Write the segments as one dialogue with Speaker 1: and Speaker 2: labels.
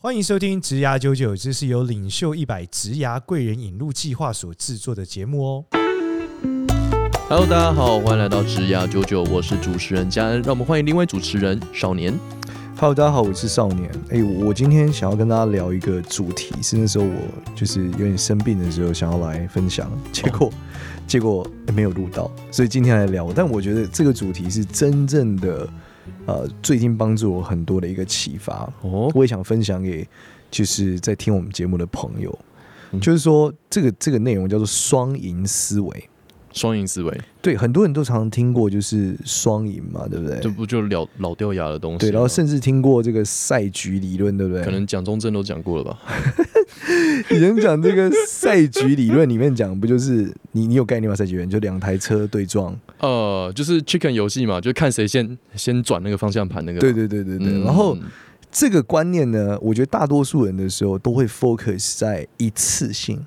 Speaker 1: 欢迎收听《职涯九九》，这是由领袖一百职涯贵人引路计划所制作的节目哦。
Speaker 2: Hello，大家好，欢迎来到职涯九九，我是主持人嘉恩，让我们欢迎另外主持人少年。
Speaker 3: Hello，大家好，我是少年。哎、我我今天想要跟大家聊一个主题，是那时候我就是有点生病的时候想要来分享，结
Speaker 2: 哦
Speaker 3: 果、结果、哎没有录到，所以今天来聊。但我觉得这个主题是真正的，呃，最近帮助我很多的一个启发。
Speaker 2: 哦，
Speaker 3: 我也想分享给就是在听我们节目的朋友，
Speaker 2: 嗯
Speaker 3: 就是说这个这个内容叫做双赢思维。
Speaker 2: 双赢思维，
Speaker 3: 对，很多人都常听过，就是双赢嘛，对不对？
Speaker 2: 这不就老老掉牙的东西吗？
Speaker 3: 对，然后甚至听过这个赛局理论，对不对？
Speaker 2: 啊可能蒋中正都讲过了吧？
Speaker 3: 以前讲这个赛局理论里面讲，不就是你你有概念吗？赛局理论就两台车对撞，
Speaker 2: 呃，就是 chicken 游戏嘛，就看谁先先转那个方向盘那个嘛。
Speaker 3: 对对对对对。
Speaker 2: 嗯
Speaker 3: 然后这个观念呢，我觉得大多数人的时候都
Speaker 2: 嗯
Speaker 3: 会 focus 在一次性。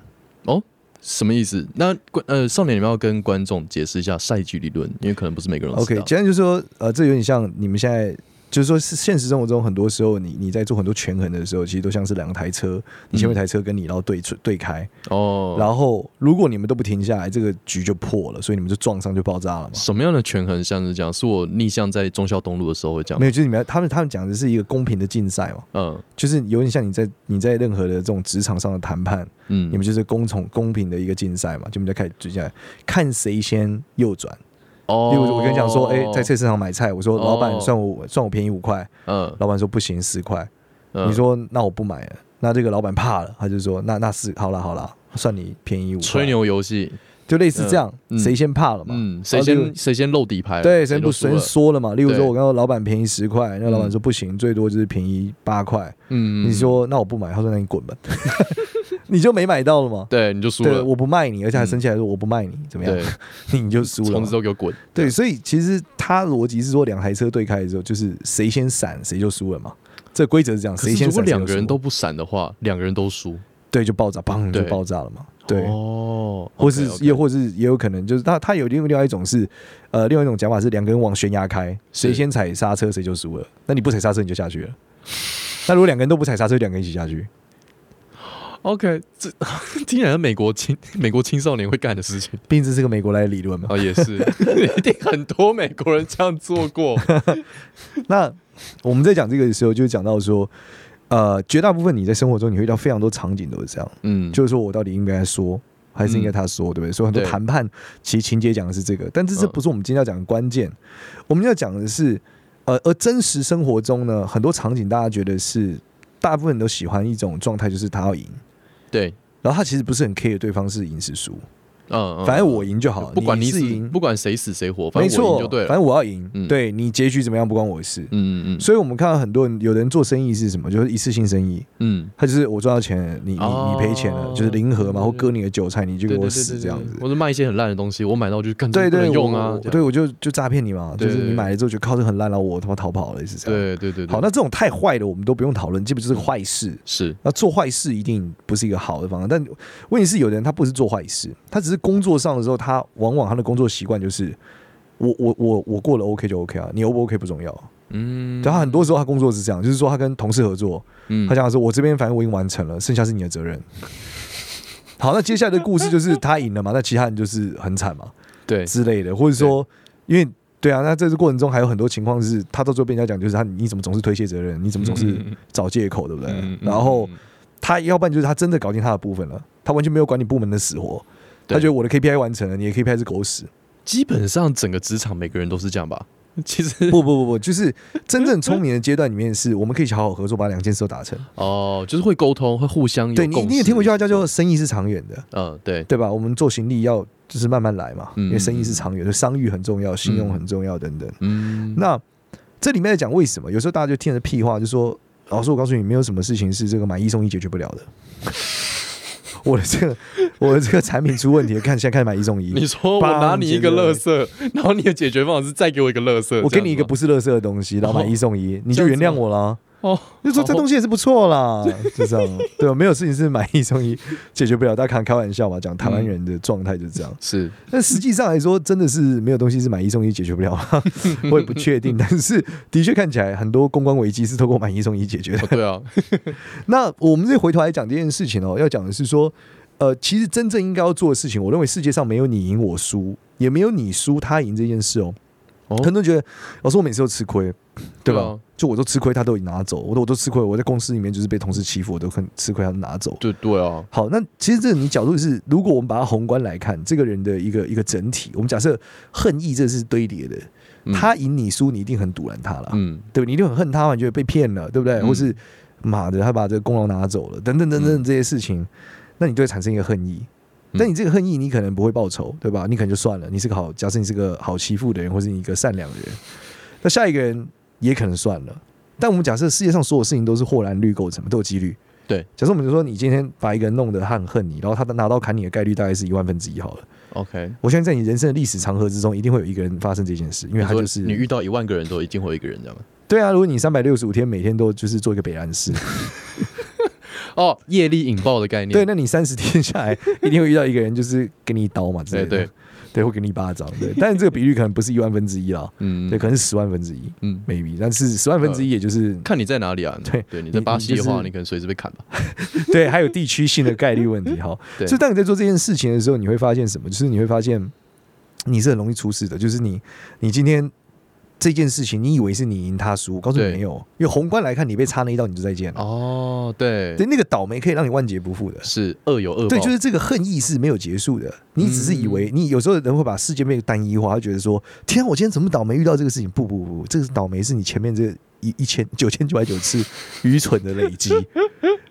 Speaker 2: 什么意思？那观呃，少年，你们要跟观众解释一下赛局理论，因为可能不是每个人都知
Speaker 3: OK，
Speaker 2: 道。
Speaker 3: 简单就是说，呃，这有点像你们现在。就是说，是现实生活中很多时候你，你在做很多权衡的时候，其实都像是两台车，你前面一台车跟你，然后对出对开，
Speaker 2: 哦，
Speaker 3: 然后如果你们都不停下来，这个局就破了，所以你们就撞上就爆炸了嘛。
Speaker 2: 什么样的权衡像是这样？是我逆向在忠孝东路的时候会这样
Speaker 3: 没。有，就是你们要他们他们讲的是一个公平的竞赛嘛，
Speaker 2: 嗯
Speaker 3: 就是有点像你在你在任何的这种职场上的谈判，
Speaker 2: 嗯，
Speaker 3: 你们就是公从公平的一个竞赛嘛，就我们就开始接下来看谁先右转。
Speaker 2: 哦
Speaker 3: 例如我跟你讲说，哎、在菜市场买菜，我说
Speaker 2: 哦
Speaker 3: 老板算我、算我便宜五块，
Speaker 2: 嗯
Speaker 3: 老板说不行十块，
Speaker 2: 嗯
Speaker 3: 你说那我不买了，那这个老板怕了，他就说那那是好了好了，算你便宜五块，
Speaker 2: 吹，牛游戏，
Speaker 3: 就类似这样，
Speaker 2: 嗯嗯
Speaker 3: 谁、先怕了嘛，
Speaker 2: 嗯，谁
Speaker 3: 然后例
Speaker 2: 先谁先露底牌，
Speaker 3: 如哦对，谁
Speaker 2: 谁
Speaker 3: 不
Speaker 2: 就输
Speaker 3: 谁
Speaker 2: 了，
Speaker 3: 说了嘛？例如
Speaker 2: 对
Speaker 3: 说，我刚刚老板便宜十块，那老板
Speaker 2: 嗯
Speaker 3: 说不行，最多就是便宜八块，
Speaker 2: 嗯，
Speaker 3: 你说那我不买，他说那你滚吧， 你就没买到了嘛。
Speaker 2: 对，你就输
Speaker 3: 对，
Speaker 2: 了，嗯
Speaker 3: 我不卖你，而且还生气来说我不卖你，怎么样？
Speaker 2: 对，
Speaker 3: 你就输了
Speaker 2: 从
Speaker 3: 嘛
Speaker 2: 此。都给我滚，
Speaker 3: 对，所以其实他逻辑是说，两台车对开的时候，就是谁先闪谁就输了嘛。这规则是这样，
Speaker 2: 可
Speaker 3: 谁
Speaker 2: 是
Speaker 3: 先
Speaker 2: 如果
Speaker 3: 闪谁就
Speaker 2: 两
Speaker 3: 输
Speaker 2: 个人都不闪的话，两个人都输，
Speaker 3: 对就爆炸，砰
Speaker 2: 对
Speaker 3: 就爆炸了嘛。对，
Speaker 2: 哦，
Speaker 3: 或是
Speaker 2: OK，OK
Speaker 3: 也或是也有可能就是他他有另另外一种是，呃，另外一种讲法是两个人往悬崖开，谁
Speaker 2: 是
Speaker 3: 先踩刹车谁就输了。那你不踩刹车你就下去了。那如果两个人都不踩刹车，两个人一起下去，
Speaker 2: OK，这 听起来是美国青 美国青少年会干的事情
Speaker 3: 毕竟这是个美国来的理论嘛。
Speaker 2: 哦，也 是，一定很多美国人这样做过，
Speaker 3: 那我们在讲这个的时候，就讲到说，呃，绝大部分你在生活中你会遇到非常多场景都是这样，
Speaker 2: 嗯，
Speaker 3: 就是说我到底应该说还是应该他说，对不对？所以很多
Speaker 2: 对
Speaker 3: 谈判其实情节讲的是这个，但是这
Speaker 2: 嗯
Speaker 3: 不是我们今天要讲的关键，我们要讲的是，呃，而真实生活中呢，很多场景大家觉得是大部分人都喜欢一种状态，就是他要赢。
Speaker 2: 对，
Speaker 3: 然后他其实不是很 care 对方是赢是输，
Speaker 2: 嗯，嗯
Speaker 3: 反正我赢就好，
Speaker 2: 不管你
Speaker 3: 是
Speaker 2: 死
Speaker 3: 赢，
Speaker 2: 不管谁死谁活，反
Speaker 3: 没
Speaker 2: 正我赢
Speaker 3: 错
Speaker 2: 就对，了
Speaker 3: 反。正我要赢，
Speaker 2: 嗯
Speaker 3: 对你结局怎么样不关我的事。
Speaker 2: 嗯嗯
Speaker 3: 所以我们看到很多人，有人做生意是什么？就是一次性生意，
Speaker 2: 嗯，
Speaker 3: 他就是我赚到钱了，你你
Speaker 2: 哦嗯
Speaker 3: 你赔钱了，就是零和
Speaker 2: 对对
Speaker 3: 嘛，
Speaker 2: 对
Speaker 3: 或割你的韭菜，你就
Speaker 2: 对
Speaker 3: 给
Speaker 2: 对
Speaker 3: 我
Speaker 2: 对
Speaker 3: 死
Speaker 2: 对
Speaker 3: 这样子
Speaker 2: 对。或者卖一些很烂的东西，我买到就干
Speaker 3: 对
Speaker 2: 这不
Speaker 3: 对，
Speaker 2: 能用
Speaker 3: 我
Speaker 2: 啊，这
Speaker 3: 我
Speaker 2: 样
Speaker 3: 对我就就诈骗你嘛，
Speaker 2: 对
Speaker 3: 就
Speaker 2: 对
Speaker 3: 是你
Speaker 2: 对
Speaker 3: 买了之后觉得靠这很烂，然后我他妈逃跑了，也是这样。
Speaker 2: 对对对对，
Speaker 3: 好，那这种太坏的，我们都不用讨论，基本就是坏事。
Speaker 2: 是
Speaker 3: 那做坏事一定不是一个好的方向，但问题是，有的人他不是做坏事，他只是工作上的时候，他往往他的工作习惯就是，我我我我过了 OK 就 OK 啊，你 O 不 OK 不重要啊。
Speaker 2: 嗯，
Speaker 3: 对他很多时候他工作是这样，就是说他跟同事合作，
Speaker 2: 嗯
Speaker 3: 他讲的是我这边反正我已经完成了，剩下是你的责任。 好，那接下来的故事就是 他赢了嘛，那其他人就是很惨嘛
Speaker 2: 对
Speaker 3: 之类的，或者说因为对啊，那在这过程中还有很多情况是他到最后被人家讲就是他你怎么总是推卸责任，你怎么总是
Speaker 2: 嗯
Speaker 3: 找借口，对不对？
Speaker 2: 嗯嗯
Speaker 3: 然后
Speaker 2: 嗯
Speaker 3: 他要不然就是他真的搞定他的部分了，他完全没有管你部门的死活，他
Speaker 2: 对
Speaker 3: 觉得我的 KPI 完成了，你的 KPI 是狗屎。
Speaker 2: 基本上整个职场每个人都是这样 吧。其实
Speaker 3: 不不不不，就是真正聪明的阶段里面是我们可以好好合作，把两件事都达 成。
Speaker 2: 哦，就是会沟通，会互相有
Speaker 3: 对你，
Speaker 2: 共
Speaker 3: 你也
Speaker 2: 识
Speaker 3: 听过一句话叫做“生意是长远的
Speaker 2: 嗯，对”，，
Speaker 3: 对吧？我们做行李要就是慢慢来嘛，
Speaker 2: 嗯
Speaker 3: 因为生意是长远的，商誉很重要，信用很重要等等。
Speaker 2: 嗯，
Speaker 3: 那这里面在讲为什么？有时候大家就听着屁话，就说老师，我告诉你，没有什么事情是这个买一送一解决不了的。 我的这个我的这个产品出问题，看现在开始买一送
Speaker 2: 你
Speaker 3: 一。
Speaker 2: 说我拿你一个垃圾，然后你的解决方法是再给我一个垃圾，
Speaker 3: 我给你一
Speaker 2: 这样子
Speaker 3: 个
Speaker 2: 吗
Speaker 3: 不是垃圾的东西，然后买一送一，你就原谅我了啊。
Speaker 2: 哦，
Speaker 3: 就说这东西也是不错啦，就这样。对啊，没有事情是买一送一解决不了，大家开开玩笑嘛，讲台湾人的状态就是这样。
Speaker 2: 是
Speaker 3: 但实际上来说，真的是没有东西是买一送一解决不了吗？ 我也不确定，但是的确看起来很多公关危机是透过买一送一解决的。
Speaker 2: 哦，对啊，
Speaker 3: 那我们再回头来讲这件事情哦，要讲的是说，呃，其实真正应该要做的事情，我认为世界上没有你赢我输，也没有你输他赢这件事哦。
Speaker 2: 哦
Speaker 3: 很多人觉得，老师我每次都吃亏，对
Speaker 2: 对
Speaker 3: 吧？
Speaker 2: 啊
Speaker 3: 就我都吃亏，他都已拿走，我都我都吃亏，我在公司里面就是被同事欺负，我都很吃亏，他们拿走。
Speaker 2: 对对 啊，
Speaker 3: 好，那其实这你角度是，如果我们把它宏观来看，这个人的一个一个整体，我们假设恨意这是堆叠的，
Speaker 2: 嗯
Speaker 3: 他赢你输，你一定很堵拦他了，
Speaker 2: 嗯
Speaker 3: 对，你一定很恨他嘛，你觉得被骗了，对不对？
Speaker 2: 嗯
Speaker 3: 或是妈的，他把这个功劳拿走了，等等等等这些事情，那你就会产生一个恨意。
Speaker 2: 嗯
Speaker 3: 但你这个恨意，你可能不会报仇，对吧？你可能就算了，你是个好，假设你是个好欺负的人，或是你一个善良的人，那下一个人也可能算了。但我们假设世界上所有事情都是或然率构成，都有几率。
Speaker 2: 对，
Speaker 3: 假设我们就说你今天把一个人弄得他很恨你，然后他拿刀砍你的概率大概是一万分之一好了。
Speaker 2: ，OK，
Speaker 3: 我相信在你人生的历史长河之中，一定会有一个人发生这件事，因为他就
Speaker 2: 你
Speaker 3: 是
Speaker 2: 说你遇到一万个人都一定会有一个人这样吗？
Speaker 3: 对啊，如果你三百六十五天每天都就是做一个北 兰式，
Speaker 2: 哦，业力引爆的概念，
Speaker 3: 对，那你三十天下来一定会遇到一个人，就是给你一刀嘛之类的，
Speaker 2: 对对
Speaker 3: 对，会给你一巴掌，对。但是这个比率可能不是一万分之一啦，
Speaker 2: 嗯呃
Speaker 3: 对，可能是十万分之一
Speaker 2: 嗯，
Speaker 3: ，maybe，但是十万分之一也就是、
Speaker 2: 看你在哪里啊？
Speaker 3: 对
Speaker 2: 对，你
Speaker 3: 你
Speaker 2: 在巴西的
Speaker 3: 你就
Speaker 2: 话，
Speaker 3: 是
Speaker 2: 你可能随时被砍吧。
Speaker 3: 对，还有地区性的概率问题哈。
Speaker 2: 对
Speaker 3: 所以当你在做这件事情的时候，你会发现什么？就是你会发现你是很容易出事的，就是你你今天。这件事情，你以为是你赢他输，我告诉你
Speaker 2: 对
Speaker 3: 没有，因为宏观来看，你被插那一刀，你就再见了。
Speaker 2: 哦，对
Speaker 3: 对，，那个倒霉可以让你万劫不复的。
Speaker 2: 是恶有恶报，
Speaker 3: 对，就是这个恨意是没有结束的。你只是以为你有时候人会把事件变得单一化，会觉得说：天、啊，我今天怎么倒霉遇到这个事情？不不不，这个倒霉是你前面这一一千九千九百九次愚蠢的累积。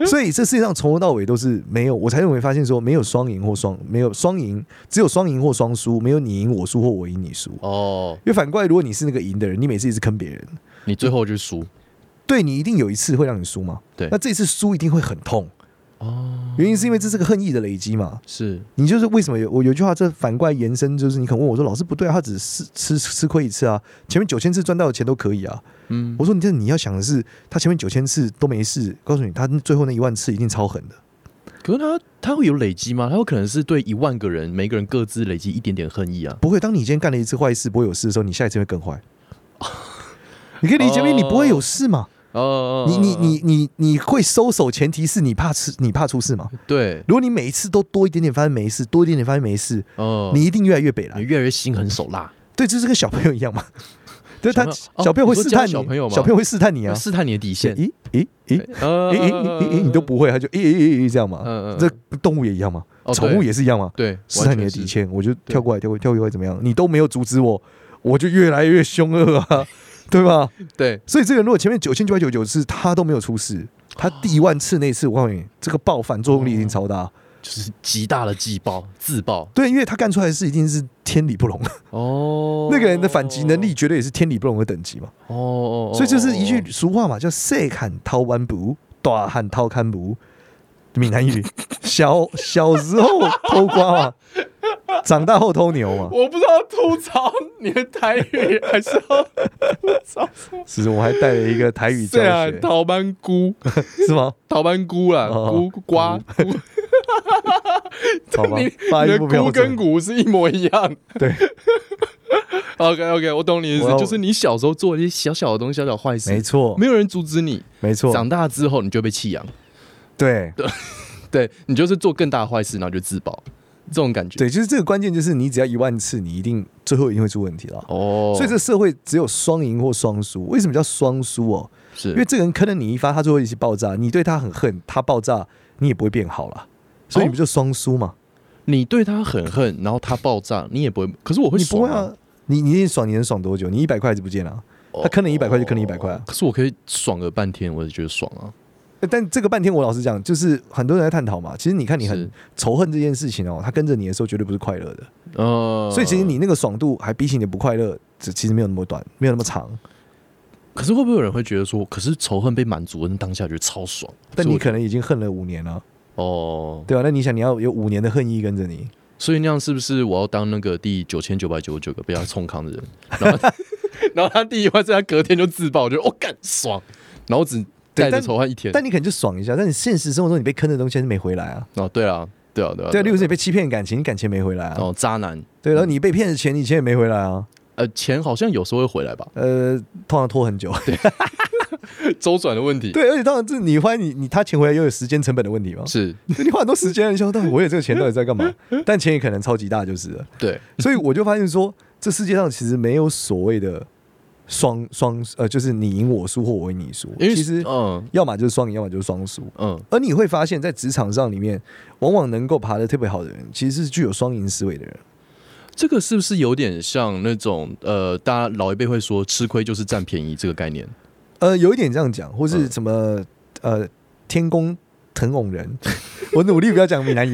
Speaker 3: 所以这世界上从头到尾都是没有，我才认为发现说没有双赢或双没有双赢，只有双赢或双输，没有你赢我输或我赢你输。
Speaker 2: 哦，
Speaker 3: 因为反过来，如果你是那个赢的人，你每次一直坑别人，
Speaker 2: 你最后就输
Speaker 3: 对你一定有一次会让你输嘛。
Speaker 2: 对
Speaker 3: 那这次输一定会很痛，
Speaker 2: 哦，
Speaker 3: 原因是因为这是个恨意的累积嘛。
Speaker 2: 是
Speaker 3: 你就是为什么有我有句话，这反过来延伸，就是你可能问我说，老师不对啊，他只是吃吃亏一次啊，前面九千次赚到的钱都可以啊。
Speaker 2: 嗯
Speaker 3: 我说你这你要想的是，他前面九千次都没事，告诉你他最后那一万次一定超狠的。
Speaker 2: 可是他他会有累积吗？他有可能是对一万个人，每个人各自累积一点点恨意啊。
Speaker 3: 不会，当你今天干了一次坏事不会有事的时候，你下一次会 更坏。你可以理解为你不会有事嘛？
Speaker 2: 哦
Speaker 3: 你你你你你会收手，前提是你怕吃，你怕出事嘛？
Speaker 2: 对
Speaker 3: 如果你每一次都多一点点发现没事，多一点点发现没事，
Speaker 2: 哦，
Speaker 3: 你一定越来越北
Speaker 2: 你
Speaker 3: 蓝。
Speaker 2: 越来越心狠手辣，
Speaker 3: 对，这是跟小朋友 一样嘛？对他
Speaker 2: 小朋友哦
Speaker 3: 小朋友会试
Speaker 2: 你说教
Speaker 3: 探你，
Speaker 2: 小朋友吗
Speaker 3: 会试探你啊
Speaker 2: 要。试探你的底线。
Speaker 3: 咦咦咦
Speaker 2: 呃
Speaker 3: 咦咦咦咦，你都不会，他就咦咦咦咦这样嘛。
Speaker 2: 嗯
Speaker 3: 这动物也一样嘛，宠物
Speaker 2: 也
Speaker 3: 也是一样嘛。
Speaker 2: 对，
Speaker 3: 试探你的
Speaker 2: 完全
Speaker 3: 底
Speaker 2: 是。
Speaker 3: 线，我就跳过来，跳过跳过来怎么样？你都没有阻 止我，我就越来越凶恶啊，对吧？
Speaker 2: 对，
Speaker 3: 所以这个人如果前面九千九百九十九次他都没有出事，他第一万次那次，我告诉你，这个爆反作用力已经超
Speaker 2: 哦
Speaker 3: 大。
Speaker 2: 就是极大的自爆自爆
Speaker 3: 对，因为他干出来的事一定是天理不容，
Speaker 2: 哦。
Speaker 3: 那个人的反击能力绝对也是天理不容的等级嘛。
Speaker 2: 哦哦，哦
Speaker 3: 所以就是一
Speaker 2: 哦
Speaker 3: 句俗话嘛，叫“细看掏弯不，大汉掏看不”，闽南语。小小时候偷瓜嘛，长大后偷牛嘛。
Speaker 2: 我不知道吐槽你的台语还是要吐槽
Speaker 3: 其实我还带了一个台语教
Speaker 2: 对啊，
Speaker 3: 学，
Speaker 2: 桃班 菇，
Speaker 3: 是吗？
Speaker 2: 桃班菇啦，
Speaker 3: 哦
Speaker 2: 菇 瓜菇，
Speaker 3: 好吧
Speaker 2: 你，
Speaker 3: 发
Speaker 2: 你
Speaker 3: 音
Speaker 2: 的
Speaker 3: 不标
Speaker 2: 菇跟
Speaker 3: 准。
Speaker 2: 骨是一模一 样。
Speaker 3: 对
Speaker 2: OK OK，我懂你的意思
Speaker 3: 我，要
Speaker 2: 就是你小时候做一些小小的东西、小小坏事，
Speaker 3: 没错，
Speaker 2: 哦没有人阻止你。
Speaker 3: 没错，
Speaker 2: 长大之后，你就被弃养，
Speaker 3: 对
Speaker 2: 对你就是做更大的坏事，然后就自保，这种感觉。
Speaker 3: 对，就是这个关键，就是你只要一万次，你一定最后一定会出问题了。
Speaker 2: 哦，
Speaker 3: 所以这社会只有双赢或双输。为什么叫双输哦？
Speaker 2: 是
Speaker 3: 因为这个人坑了你一发，他最后一起爆炸，你对他很恨，他爆炸，你也不会变好了。所以你不就双输嘛？
Speaker 2: 哦你对他很恨，然后他爆炸，你也不会，可是我会
Speaker 3: 你不
Speaker 2: 爽
Speaker 3: 会啊？你你一定爽，你能爽多久？你一百块还是不见了、
Speaker 2: 哦
Speaker 3: 他坑你一百块就坑你一百块啊
Speaker 2: 可是我可以爽个半天，我也觉得爽啊。
Speaker 3: 呃但这个半天，我老实讲，就是很多人在探讨嘛。其实你看，你
Speaker 2: 是
Speaker 3: 很仇恨这件事情哦，他跟着你的时候绝对不是快乐的。
Speaker 2: 呃，
Speaker 3: 所以其实你那个爽度还比起你的不快乐，这其实没有那么短，没有那么长。
Speaker 2: 可是会不会有人会觉得说，可是仇恨被满足，那当下觉得超爽？
Speaker 3: 但
Speaker 2: 所以
Speaker 3: 你
Speaker 2: 我
Speaker 3: 可能已经恨了五年了，
Speaker 2: 哦，
Speaker 3: 对吧、那你想，你要有五年的恨意跟着你，
Speaker 2: 所以那样是不是我要当那个第九千九百九十九个被他冲康 的人？然后他，然后他第一万是他隔天就自爆，我就哦干爽，然后只带着
Speaker 3: 但
Speaker 2: 仇恨一天。
Speaker 3: 但你可能就爽一下，但你现实生活中你被坑的东西还是没回来啊。
Speaker 2: 哦，对啊，对啊，对啊，
Speaker 3: 对，例如说你被欺骗的感情，你感情没回来啊。
Speaker 2: 哦，渣男，
Speaker 3: 对，然后你被骗的钱，你钱也没回来啊。
Speaker 2: 呃，钱好像有时候会回来吧，
Speaker 3: 呃，通常拖很久。
Speaker 2: 周转的问题。
Speaker 3: 对，而啊且当然这你花你你他钱回来又有时间成本的问题嘛。
Speaker 2: 是，
Speaker 3: 就你花很多时间，你想到底我有这个钱到底在干嘛？但钱也可能超级大就是了。
Speaker 2: 对，
Speaker 3: 所以我就发现说，这世界上其实没有所谓的双双呃，就是你赢我输或我赢你输，
Speaker 2: 因为
Speaker 3: 其实
Speaker 2: 嗯
Speaker 3: 要么就是双赢，要么就是双输。
Speaker 2: 嗯，
Speaker 3: 而你会发现在职场上里面，往往能够爬得特别好的人，其实是具有双赢思维的人。
Speaker 2: 这个是不是有点像那种呃，大家老一辈会说吃亏就是占便宜这个概念？
Speaker 3: 呃，有一点这样讲，或是
Speaker 2: 嗯
Speaker 3: 什么、呃，天公腾偶人， 我努力不要讲闽南语，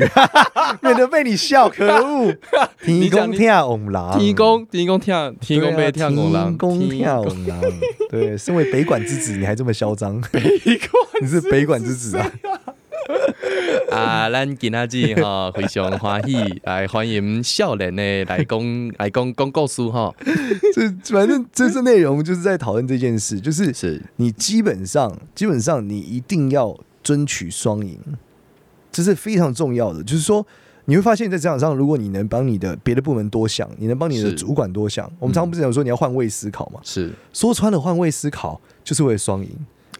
Speaker 3: 免得被你笑，可恶！天
Speaker 2: 讲
Speaker 3: 公
Speaker 2: 你
Speaker 3: 跳偶郎，
Speaker 2: 天公天公跳天公被跳拱
Speaker 3: 狼，
Speaker 2: 狼，
Speaker 3: 啊天公
Speaker 2: 天
Speaker 3: 跳拱狼。对，身为北管之子，你还这么嚣 张？北管，你是北管之子啊？
Speaker 2: 啊，咱今仔日 吼非常欢喜，来欢迎少年的来 讲来讲讲故事吼，
Speaker 3: 这反正这次内容就是在讨论这件事，就是
Speaker 2: 是
Speaker 3: 你基本上基本上你一定要争取双赢，这是非常重要的。就是说，你会发现在职场上，如果你能帮你的别的部门多想，你能帮你的
Speaker 2: 是嗯
Speaker 3: 主管多想，我们常常不是讲说你要换位思考嘛？
Speaker 2: 是
Speaker 3: 说穿了，换位思考就是为了双赢，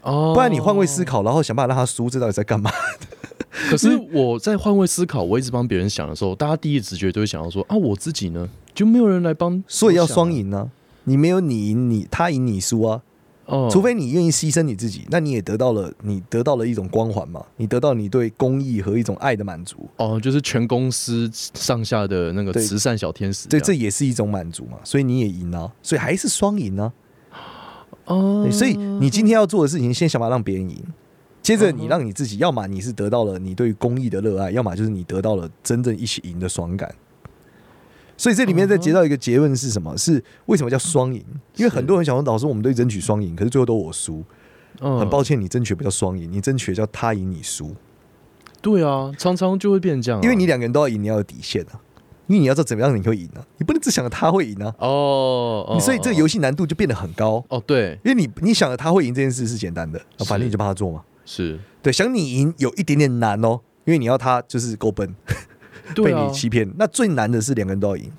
Speaker 2: 哦
Speaker 3: 不然你换位思考，然后想办法让他输，这到底 在干嘛？
Speaker 2: 可是
Speaker 3: 嗯
Speaker 2: 我在换位思考，我一直帮别人想的时候，大家第一直觉都会想到说啊，我自己呢就没有人来帮，啊
Speaker 3: 所以要双赢呢、你没有你赢你，他赢你输啊。
Speaker 2: 哦，
Speaker 3: 除非你愿意牺牲你自己，那你也得到了，你得到了一种光环嘛，你得到你对公益和一种爱的满足，
Speaker 2: 哦，就是全公司上下的那个
Speaker 3: 对
Speaker 2: 慈善小天使
Speaker 3: 对，
Speaker 2: 样，
Speaker 3: 这也是一种满足嘛，所以你也赢啊，所以还是双赢啊。
Speaker 2: 哦
Speaker 3: 对，所以你今天要做的事情，先想办法让别人赢，接着
Speaker 2: 嗯
Speaker 3: 你让你自己，要么你是得到了你对于公益的热爱，要么就是你得到了真正一起赢的爽感。所以这里面再结到一个结论是什么？是为什么叫双赢？因为
Speaker 2: 嗯是
Speaker 3: 很多人想说，老师，我们都争取双赢，可是最后都我输。很
Speaker 2: 很
Speaker 3: 抱歉，你争取不叫双赢，你争取的叫他赢你输，
Speaker 2: 嗯对啊，常常就会变成这样啊、
Speaker 3: 因为你两个人都要赢，你要有底线啊，因为你要知道怎么样你会赢啊，你不能只想着他会赢啊，
Speaker 2: 哦，哦
Speaker 3: 所以这个游戏难度就变得很高，
Speaker 2: 哦对
Speaker 3: 因为你你想着他会赢这件事是简单的，啊
Speaker 2: 是
Speaker 3: 反正你就帮他做嘛，
Speaker 2: 是，
Speaker 3: 对，想你赢有一点点难哦，因为你要他就是够笨，
Speaker 2: 对
Speaker 3: 被
Speaker 2: 啊
Speaker 3: 你，欺骗，那最难的是两个人都要赢，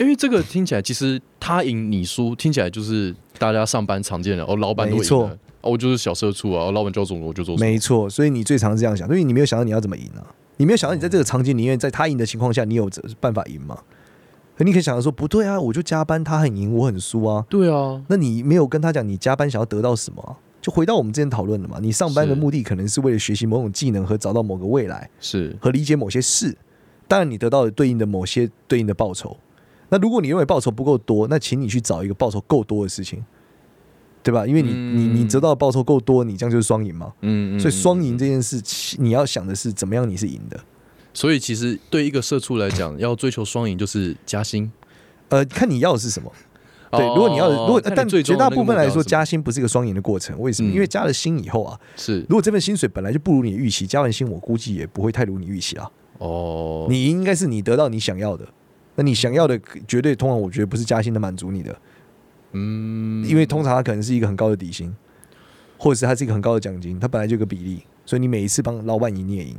Speaker 2: 因为这个听起来其实他赢你输，听起来就是大家上班常见的哦，老板都
Speaker 3: 没
Speaker 2: 赢
Speaker 3: 错
Speaker 2: 了，哦我就是小社畜啊，哦老板叫什么我就做什么，
Speaker 3: 没错，所以你最常是这样想，因为你没有想到你要怎么赢啊，你没有想到你在这个场景里面，在他赢的情况下，你有办法赢吗？可你可以想到说，不对啊，我就加班，他很赢，我很输啊，
Speaker 2: 对啊，
Speaker 3: 那你没有跟他讲你加班想要得到什么啊、就回到我们之前讨论的嘛，你上班的
Speaker 2: 是
Speaker 3: 目的可能是为了学习某种技能和找到某个未来
Speaker 2: 是
Speaker 3: 和理解某些事，当然你得到了对应的某些对应的报酬。那如果你认为报酬不够多，那请你去找一个报酬够多的事情，对吧？因为你、你你
Speaker 2: 嗯
Speaker 3: 得到的报酬够多，你这样就是双赢嘛。
Speaker 2: 嗯，嗯
Speaker 3: 所以双
Speaker 2: 嗯
Speaker 3: 赢这件事，其你要想的是怎么样你是赢的。
Speaker 2: 所以其实对一个社畜来讲，要追求双赢就是加薪。
Speaker 3: 呃，看你要的是什么。对，
Speaker 2: 哦
Speaker 3: 如果你要的，如果
Speaker 2: 看你
Speaker 3: 但
Speaker 2: 最
Speaker 3: 绝
Speaker 2: 终
Speaker 3: 大
Speaker 2: 的那
Speaker 3: 部
Speaker 2: 个
Speaker 3: 分来
Speaker 2: 目标
Speaker 3: 说，
Speaker 2: 是
Speaker 3: 加薪不是一个双赢的过程。为什么？
Speaker 2: 嗯
Speaker 3: 因为加了薪以后啊，
Speaker 2: 是
Speaker 3: 如果这份薪水本来就不如你的预期，加完薪我估计也不会太如你预期啊。
Speaker 2: 哦，
Speaker 3: 你应该是你得到你想要的，那你想要的绝对通常我觉得不是加薪能满足你的，
Speaker 2: 嗯
Speaker 3: 因为通常它可能是一个很高的底薪，或者是它是一个很高的奖金，它本来就有个比例，所以你每一次帮老板赢你也赢。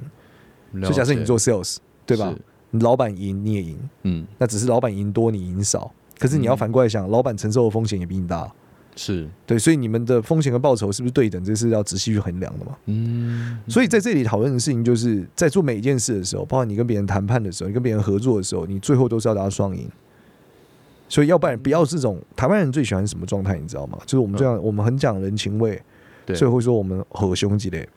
Speaker 2: 了
Speaker 3: 所以假设
Speaker 2: 解
Speaker 3: 你做 sales 对吧
Speaker 2: 是？
Speaker 3: 你老板赢你也赢，
Speaker 2: 嗯
Speaker 3: 那只是老板赢多你赢少，可是你要
Speaker 2: 嗯
Speaker 3: 反过来想，老板承受的风险也比你大。
Speaker 2: 是
Speaker 3: 对，所以你们的风险跟报酬是不是对等？这是要仔细去衡量的嘛？
Speaker 2: 嗯
Speaker 3: 所以在这里讨论的事情，就是在做每一件事的时候，包括你跟别人谈判的时候，你跟别人合作的时候，你最后都是要达到双赢。所以，要不然不要这种台湾人最喜欢什么状态，你知道吗？就是我们这样，我们很讲人情味，
Speaker 2: 嗯对
Speaker 3: 所以会说我们和兄弟类。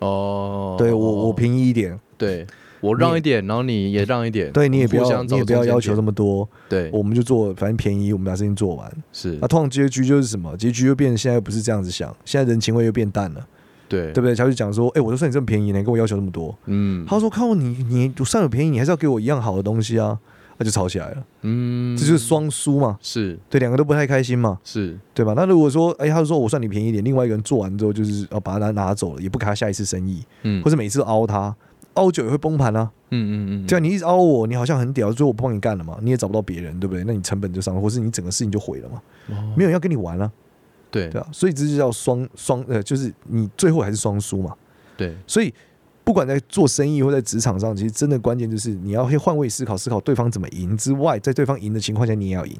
Speaker 2: 哦，
Speaker 3: 对我，我平移一点，
Speaker 2: 对我让
Speaker 3: 你
Speaker 2: 一点，然后你也让一点，
Speaker 3: 对你也不
Speaker 2: 互
Speaker 3: 要，
Speaker 2: 相
Speaker 3: 你
Speaker 2: 找
Speaker 3: 也不要
Speaker 2: 中间
Speaker 3: 要求
Speaker 2: 点
Speaker 3: 这么多，
Speaker 2: 对
Speaker 3: 我们就做，反正便宜，我们把事情做完。
Speaker 2: 是
Speaker 3: 那通常结局就是什么？结局又变，现在不是这样子想，现在人情味又变淡了，
Speaker 2: 对
Speaker 3: 对不对？他就讲说，哎，我都算你这么便宜呢，你跟我要求那么多，
Speaker 2: 嗯
Speaker 3: 他说：“看我你你我算我便宜，你还是要给我一样好的东西啊！”那就吵起来了，
Speaker 2: 嗯
Speaker 3: 这就是双输嘛，
Speaker 2: 是
Speaker 3: 对，两个都不太开心嘛，
Speaker 2: 是
Speaker 3: 对吧？那如果说，哎，他就说我算你便宜一点，另外一个人做完之后就是要把他拿走了，也不给他下一次生意，
Speaker 2: 嗯
Speaker 3: 或者每次都凹他，凹久也会崩盘啊。
Speaker 2: 嗯嗯嗯
Speaker 3: 对啊，你一直凹我，你好像很屌，最后我不帮你干了嘛，你也找不到别人，对不对？那你成本就上了，或是你整个事情就毁了嘛，
Speaker 2: 嗯
Speaker 3: 没有人要跟你玩了、
Speaker 2: 对
Speaker 3: 对啊，所以这就叫双双呃，就是你最后还是双输嘛。
Speaker 2: 对
Speaker 3: 所以不管在做生意或在职场上，其实真的关键就是你要会换位思考，思考对方怎么赢之外，在对方赢的情况下，你也要赢。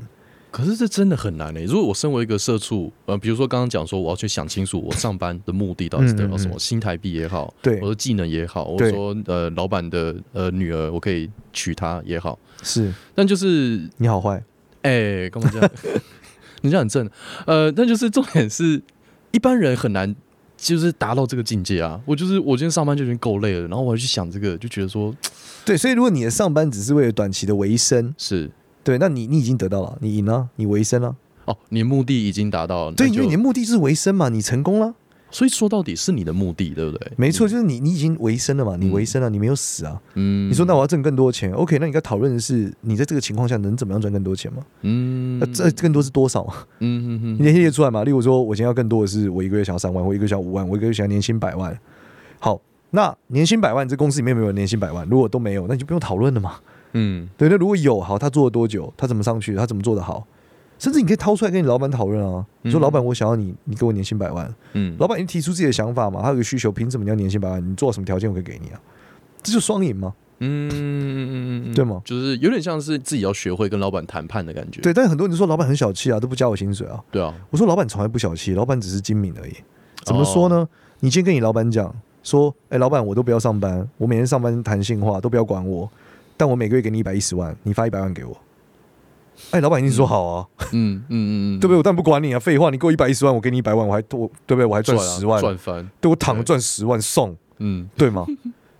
Speaker 2: 可是这真的很难诶、欸如果我身为一个社畜，呃，比如说刚刚讲说我要去想清楚我上班的目的到底是得到什
Speaker 3: 嗯嗯
Speaker 2: 么，
Speaker 3: 嗯
Speaker 2: 新台币也好，
Speaker 3: 对
Speaker 2: 我，的技能也好，我
Speaker 3: 对
Speaker 2: 说呃老板的呃女儿我可以娶她也好，
Speaker 3: 是
Speaker 2: 但就是
Speaker 3: 你好坏，
Speaker 2: 哎干嘛 这样？人家很正，呃，但就是重点是一般人很难。就是达到这个境界啊！我就是我今天上班就已经够累了，然后我还去想这个，就觉得说
Speaker 3: 对，所以如果你的上班只是为了短期的维生，
Speaker 2: 是
Speaker 3: 对，那你你已经得到了，你赢了，你维生了，
Speaker 2: 哦，你的目的已经达到了，
Speaker 3: 对，
Speaker 2: 那
Speaker 3: 因
Speaker 2: 就
Speaker 3: 为你的目的是维生嘛，你成
Speaker 2: 嗯
Speaker 3: 功了，
Speaker 2: 所以说到底是你的目的，对不对？
Speaker 3: 没错，就是你你已经维生了嘛，你
Speaker 2: 嗯
Speaker 3: 维生了，你没有死啊。
Speaker 2: 嗯，嗯
Speaker 3: 你说那我要挣更多钱，OK，那你该讨论的是你在这个情况下能怎么样赚更多钱嘛？
Speaker 2: 嗯
Speaker 3: 那呃这更多是多少嘛？
Speaker 2: 嗯嗯
Speaker 3: 你
Speaker 2: 嗯，
Speaker 3: 列列出来嘛？例如说，我今天要更多的是我一个月想要三万，我一个月想要五万，我一个月想要年薪百万。好，那年薪百万，这公司里面有没有人年薪百万？如果都没有，那你就不用讨论了嘛。
Speaker 2: 嗯
Speaker 3: 对，那如果有，好，他做了多久？他怎么上去？他怎么做得好？甚至你可以掏出来跟你老板讨论啊。你说，
Speaker 2: 嗯
Speaker 3: 老板，我想要你，你给我年薪百万。
Speaker 2: 嗯，
Speaker 3: 老板，你提出自己的想法嘛？他有个需求，凭什么你要年薪百万？你做什么条件我可以给你啊？这就双赢嘛。
Speaker 2: 嗯嗯嗯嗯嗯，
Speaker 3: 对吗
Speaker 2: 就是有点像是自己要学会跟老板谈判的感觉。
Speaker 3: 对，但很多人说老板很小气啊，都不加我薪水啊。
Speaker 2: 对啊，
Speaker 3: 我说老板从来不小气，老板只是精明而已。怎么说
Speaker 2: 哦
Speaker 3: 呢？你今天跟你老板讲说，哎、老板，我都不要上班，我每天上班谈性话，都不要管我，但我每个月给你一百一十万，你发一百万给我。哎、老板一定说好啊，
Speaker 2: 嗯嗯嗯嗯，
Speaker 3: 对不对？我但不管你啊，废话，你给我一百一十万，我给你一百万，我还多，对不对？我还赚
Speaker 2: 啊
Speaker 3: 十万，
Speaker 2: 赚翻，
Speaker 3: 对我躺着
Speaker 2: 对
Speaker 3: 赚十万送，
Speaker 2: 嗯
Speaker 3: 对吗？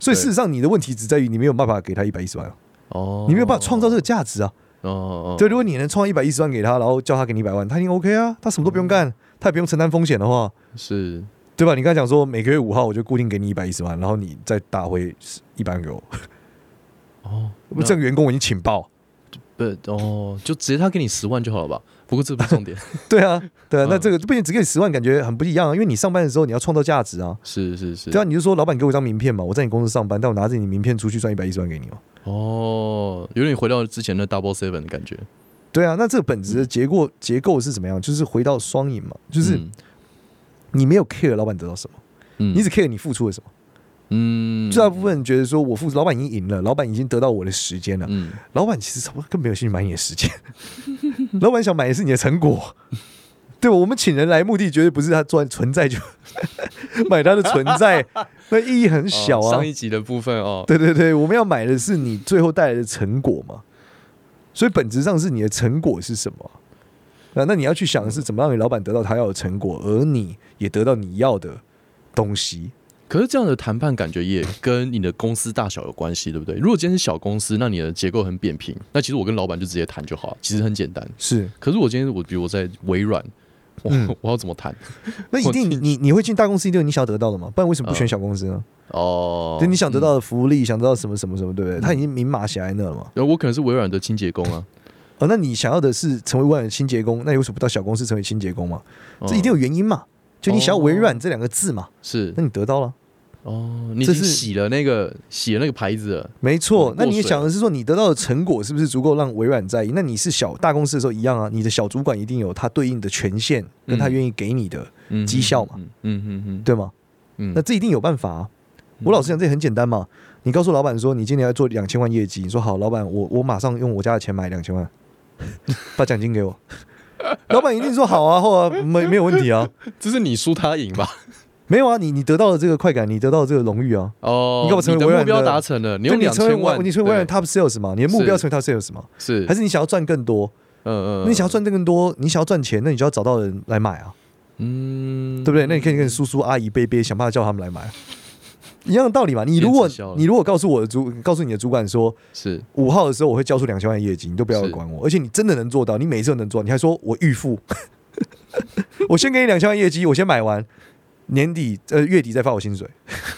Speaker 3: 所以
Speaker 2: 对
Speaker 3: 事实上，你的问题只在于你没有办法给他一百一十万啊，
Speaker 2: 哦，
Speaker 3: 你没有办法创造这个价值啊。
Speaker 2: 哦哦，
Speaker 3: 对，如果你能创一百一十万给他，然后叫他给你一百万，他一定 OK 啊，他什么都不用
Speaker 2: 嗯
Speaker 3: 干，他也不用承担风险的话，
Speaker 2: 是
Speaker 3: 对吧？你刚才讲说每个月五号我就固定给你一百一十万，然后你再打回一百万 给我，
Speaker 2: 哦，
Speaker 3: 不这个员工我已经请爆。
Speaker 2: 不哦，就直接他给你十万就好了吧？不过这不是重 点，
Speaker 3: 对啊，对啊
Speaker 2: 嗯，
Speaker 3: 那这个不仅只给你十万，感觉很不一样啊，因为你上班的时候你要创造价值啊。
Speaker 2: 是是是，
Speaker 3: 对啊，你就说老板你给我一张名片嘛，我在你公司上班，但我拿着你名片出去赚一百一十万给你嘛。
Speaker 2: 哦，有点回到之前的 Double Seven 的感觉，
Speaker 3: 对啊，那这个本质的结构结构是怎么样？就是回到双赢嘛，就是
Speaker 2: 嗯
Speaker 3: 你没有 care 老板得到什么，
Speaker 2: 嗯
Speaker 3: 你只 care 你付出了什么。
Speaker 2: 嗯
Speaker 3: 最大部分人觉得说我付出，老板已经赢了，老板已经得到我的时间了，
Speaker 2: 嗯
Speaker 3: 老板其实差不多更没有兴趣买你的时间， 老板想买的是你的成果。对吧我们请人来目的绝对不是他存存在就 买他的存在，那意义很小
Speaker 2: 哦
Speaker 3: 啊
Speaker 2: 上。一集的部分哦，
Speaker 3: 对对对，我们要买的是你最后带来的成果嘛，所以本质上是你的成果是什么。那那你要去想的是怎么让你老板得到他要的成果，而你也得到你要的东西。
Speaker 2: 可是这样的谈判感觉也跟你的公司大小有关系，对不对？如果今天是小公司，那你的结构很扁平，那其实我跟老板就直接谈就好，其实很简单。
Speaker 3: 是，
Speaker 2: 可是我今天我比如我在微软，我、
Speaker 3: 嗯
Speaker 2: 我要怎么谈？
Speaker 3: 那一定你你你会进大公司，一定有你想得到的嘛，不然为什
Speaker 2: 呃
Speaker 3: 么不选小公司呢？
Speaker 2: 哦，嗯
Speaker 3: 就你想得到的福利，想得到什么什么什么，对不对？他已经明码写在那了嘛。
Speaker 2: 嗯，呃我可能是微软的清洁工啊，
Speaker 3: 哦，那你想要的是成为微软的清洁工，那你为什么不到小公司成为清洁工嘛？
Speaker 2: 哦
Speaker 3: 这一定有原因嘛。就你想要微软这两个字嘛，
Speaker 2: 是
Speaker 3: 那你得到了，
Speaker 2: 哦，你已
Speaker 3: 这
Speaker 2: 经
Speaker 3: 是
Speaker 2: 洗了那个洗了那个牌子了，
Speaker 3: 没错
Speaker 2: 嗯。
Speaker 3: 那你也
Speaker 2: 过水
Speaker 3: 想的是说，你得到的成果是不是足够让微软在意？那你是小大公司的时候一样啊，你的小主管一定有他对应的权限，跟他愿意给你的，
Speaker 2: 嗯
Speaker 3: 绩效嘛，
Speaker 2: 嗯嗯嗯嗯，
Speaker 3: 对吗？
Speaker 2: 嗯
Speaker 3: 那这一定有办法、啊。我老实讲，这也很简单嘛。你告诉老板说你今年要做两千万业绩，你说好，老板，我我马上用我家的钱买两千万， 把奖金给我。 老板一定说好啊，后啊没没有问题啊，
Speaker 2: 这是你输他赢吧？
Speaker 3: 没有啊，你你得到了这个快感，你得到了这个荣誉啊，
Speaker 2: 哦，
Speaker 3: 你干嘛成为
Speaker 2: 的
Speaker 3: 微
Speaker 2: 目
Speaker 3: 软
Speaker 2: 标
Speaker 3: 的
Speaker 2: 达成了，你
Speaker 3: 对
Speaker 2: 用两
Speaker 3: 成为
Speaker 2: 千万，
Speaker 3: 你成为微软
Speaker 2: 对
Speaker 3: top sales 嘛，你的目标成
Speaker 2: 是
Speaker 3: 为 top sales 嘛，
Speaker 2: 是
Speaker 3: 还是你想要赚更多？
Speaker 2: 嗯
Speaker 3: 那你想要赚更多，你想要赚钱，那你就要找到人来买啊，
Speaker 2: 嗯，
Speaker 3: 对不对？那你可以跟叔叔阿姨、伯伯想办法叫他们来买，啊一样的道理嘛。你如果
Speaker 2: 变直销了
Speaker 3: 你如果告诉我的主，告诉你的主管说，
Speaker 2: 是
Speaker 3: 五号的时候我会交出两千万业绩，你都不要
Speaker 2: 是
Speaker 3: 管我，而且你真的能做到，你每一次都能做到，你还说我预付， 我先给你两千万业绩，我先买完，年底呃月底再发我薪水，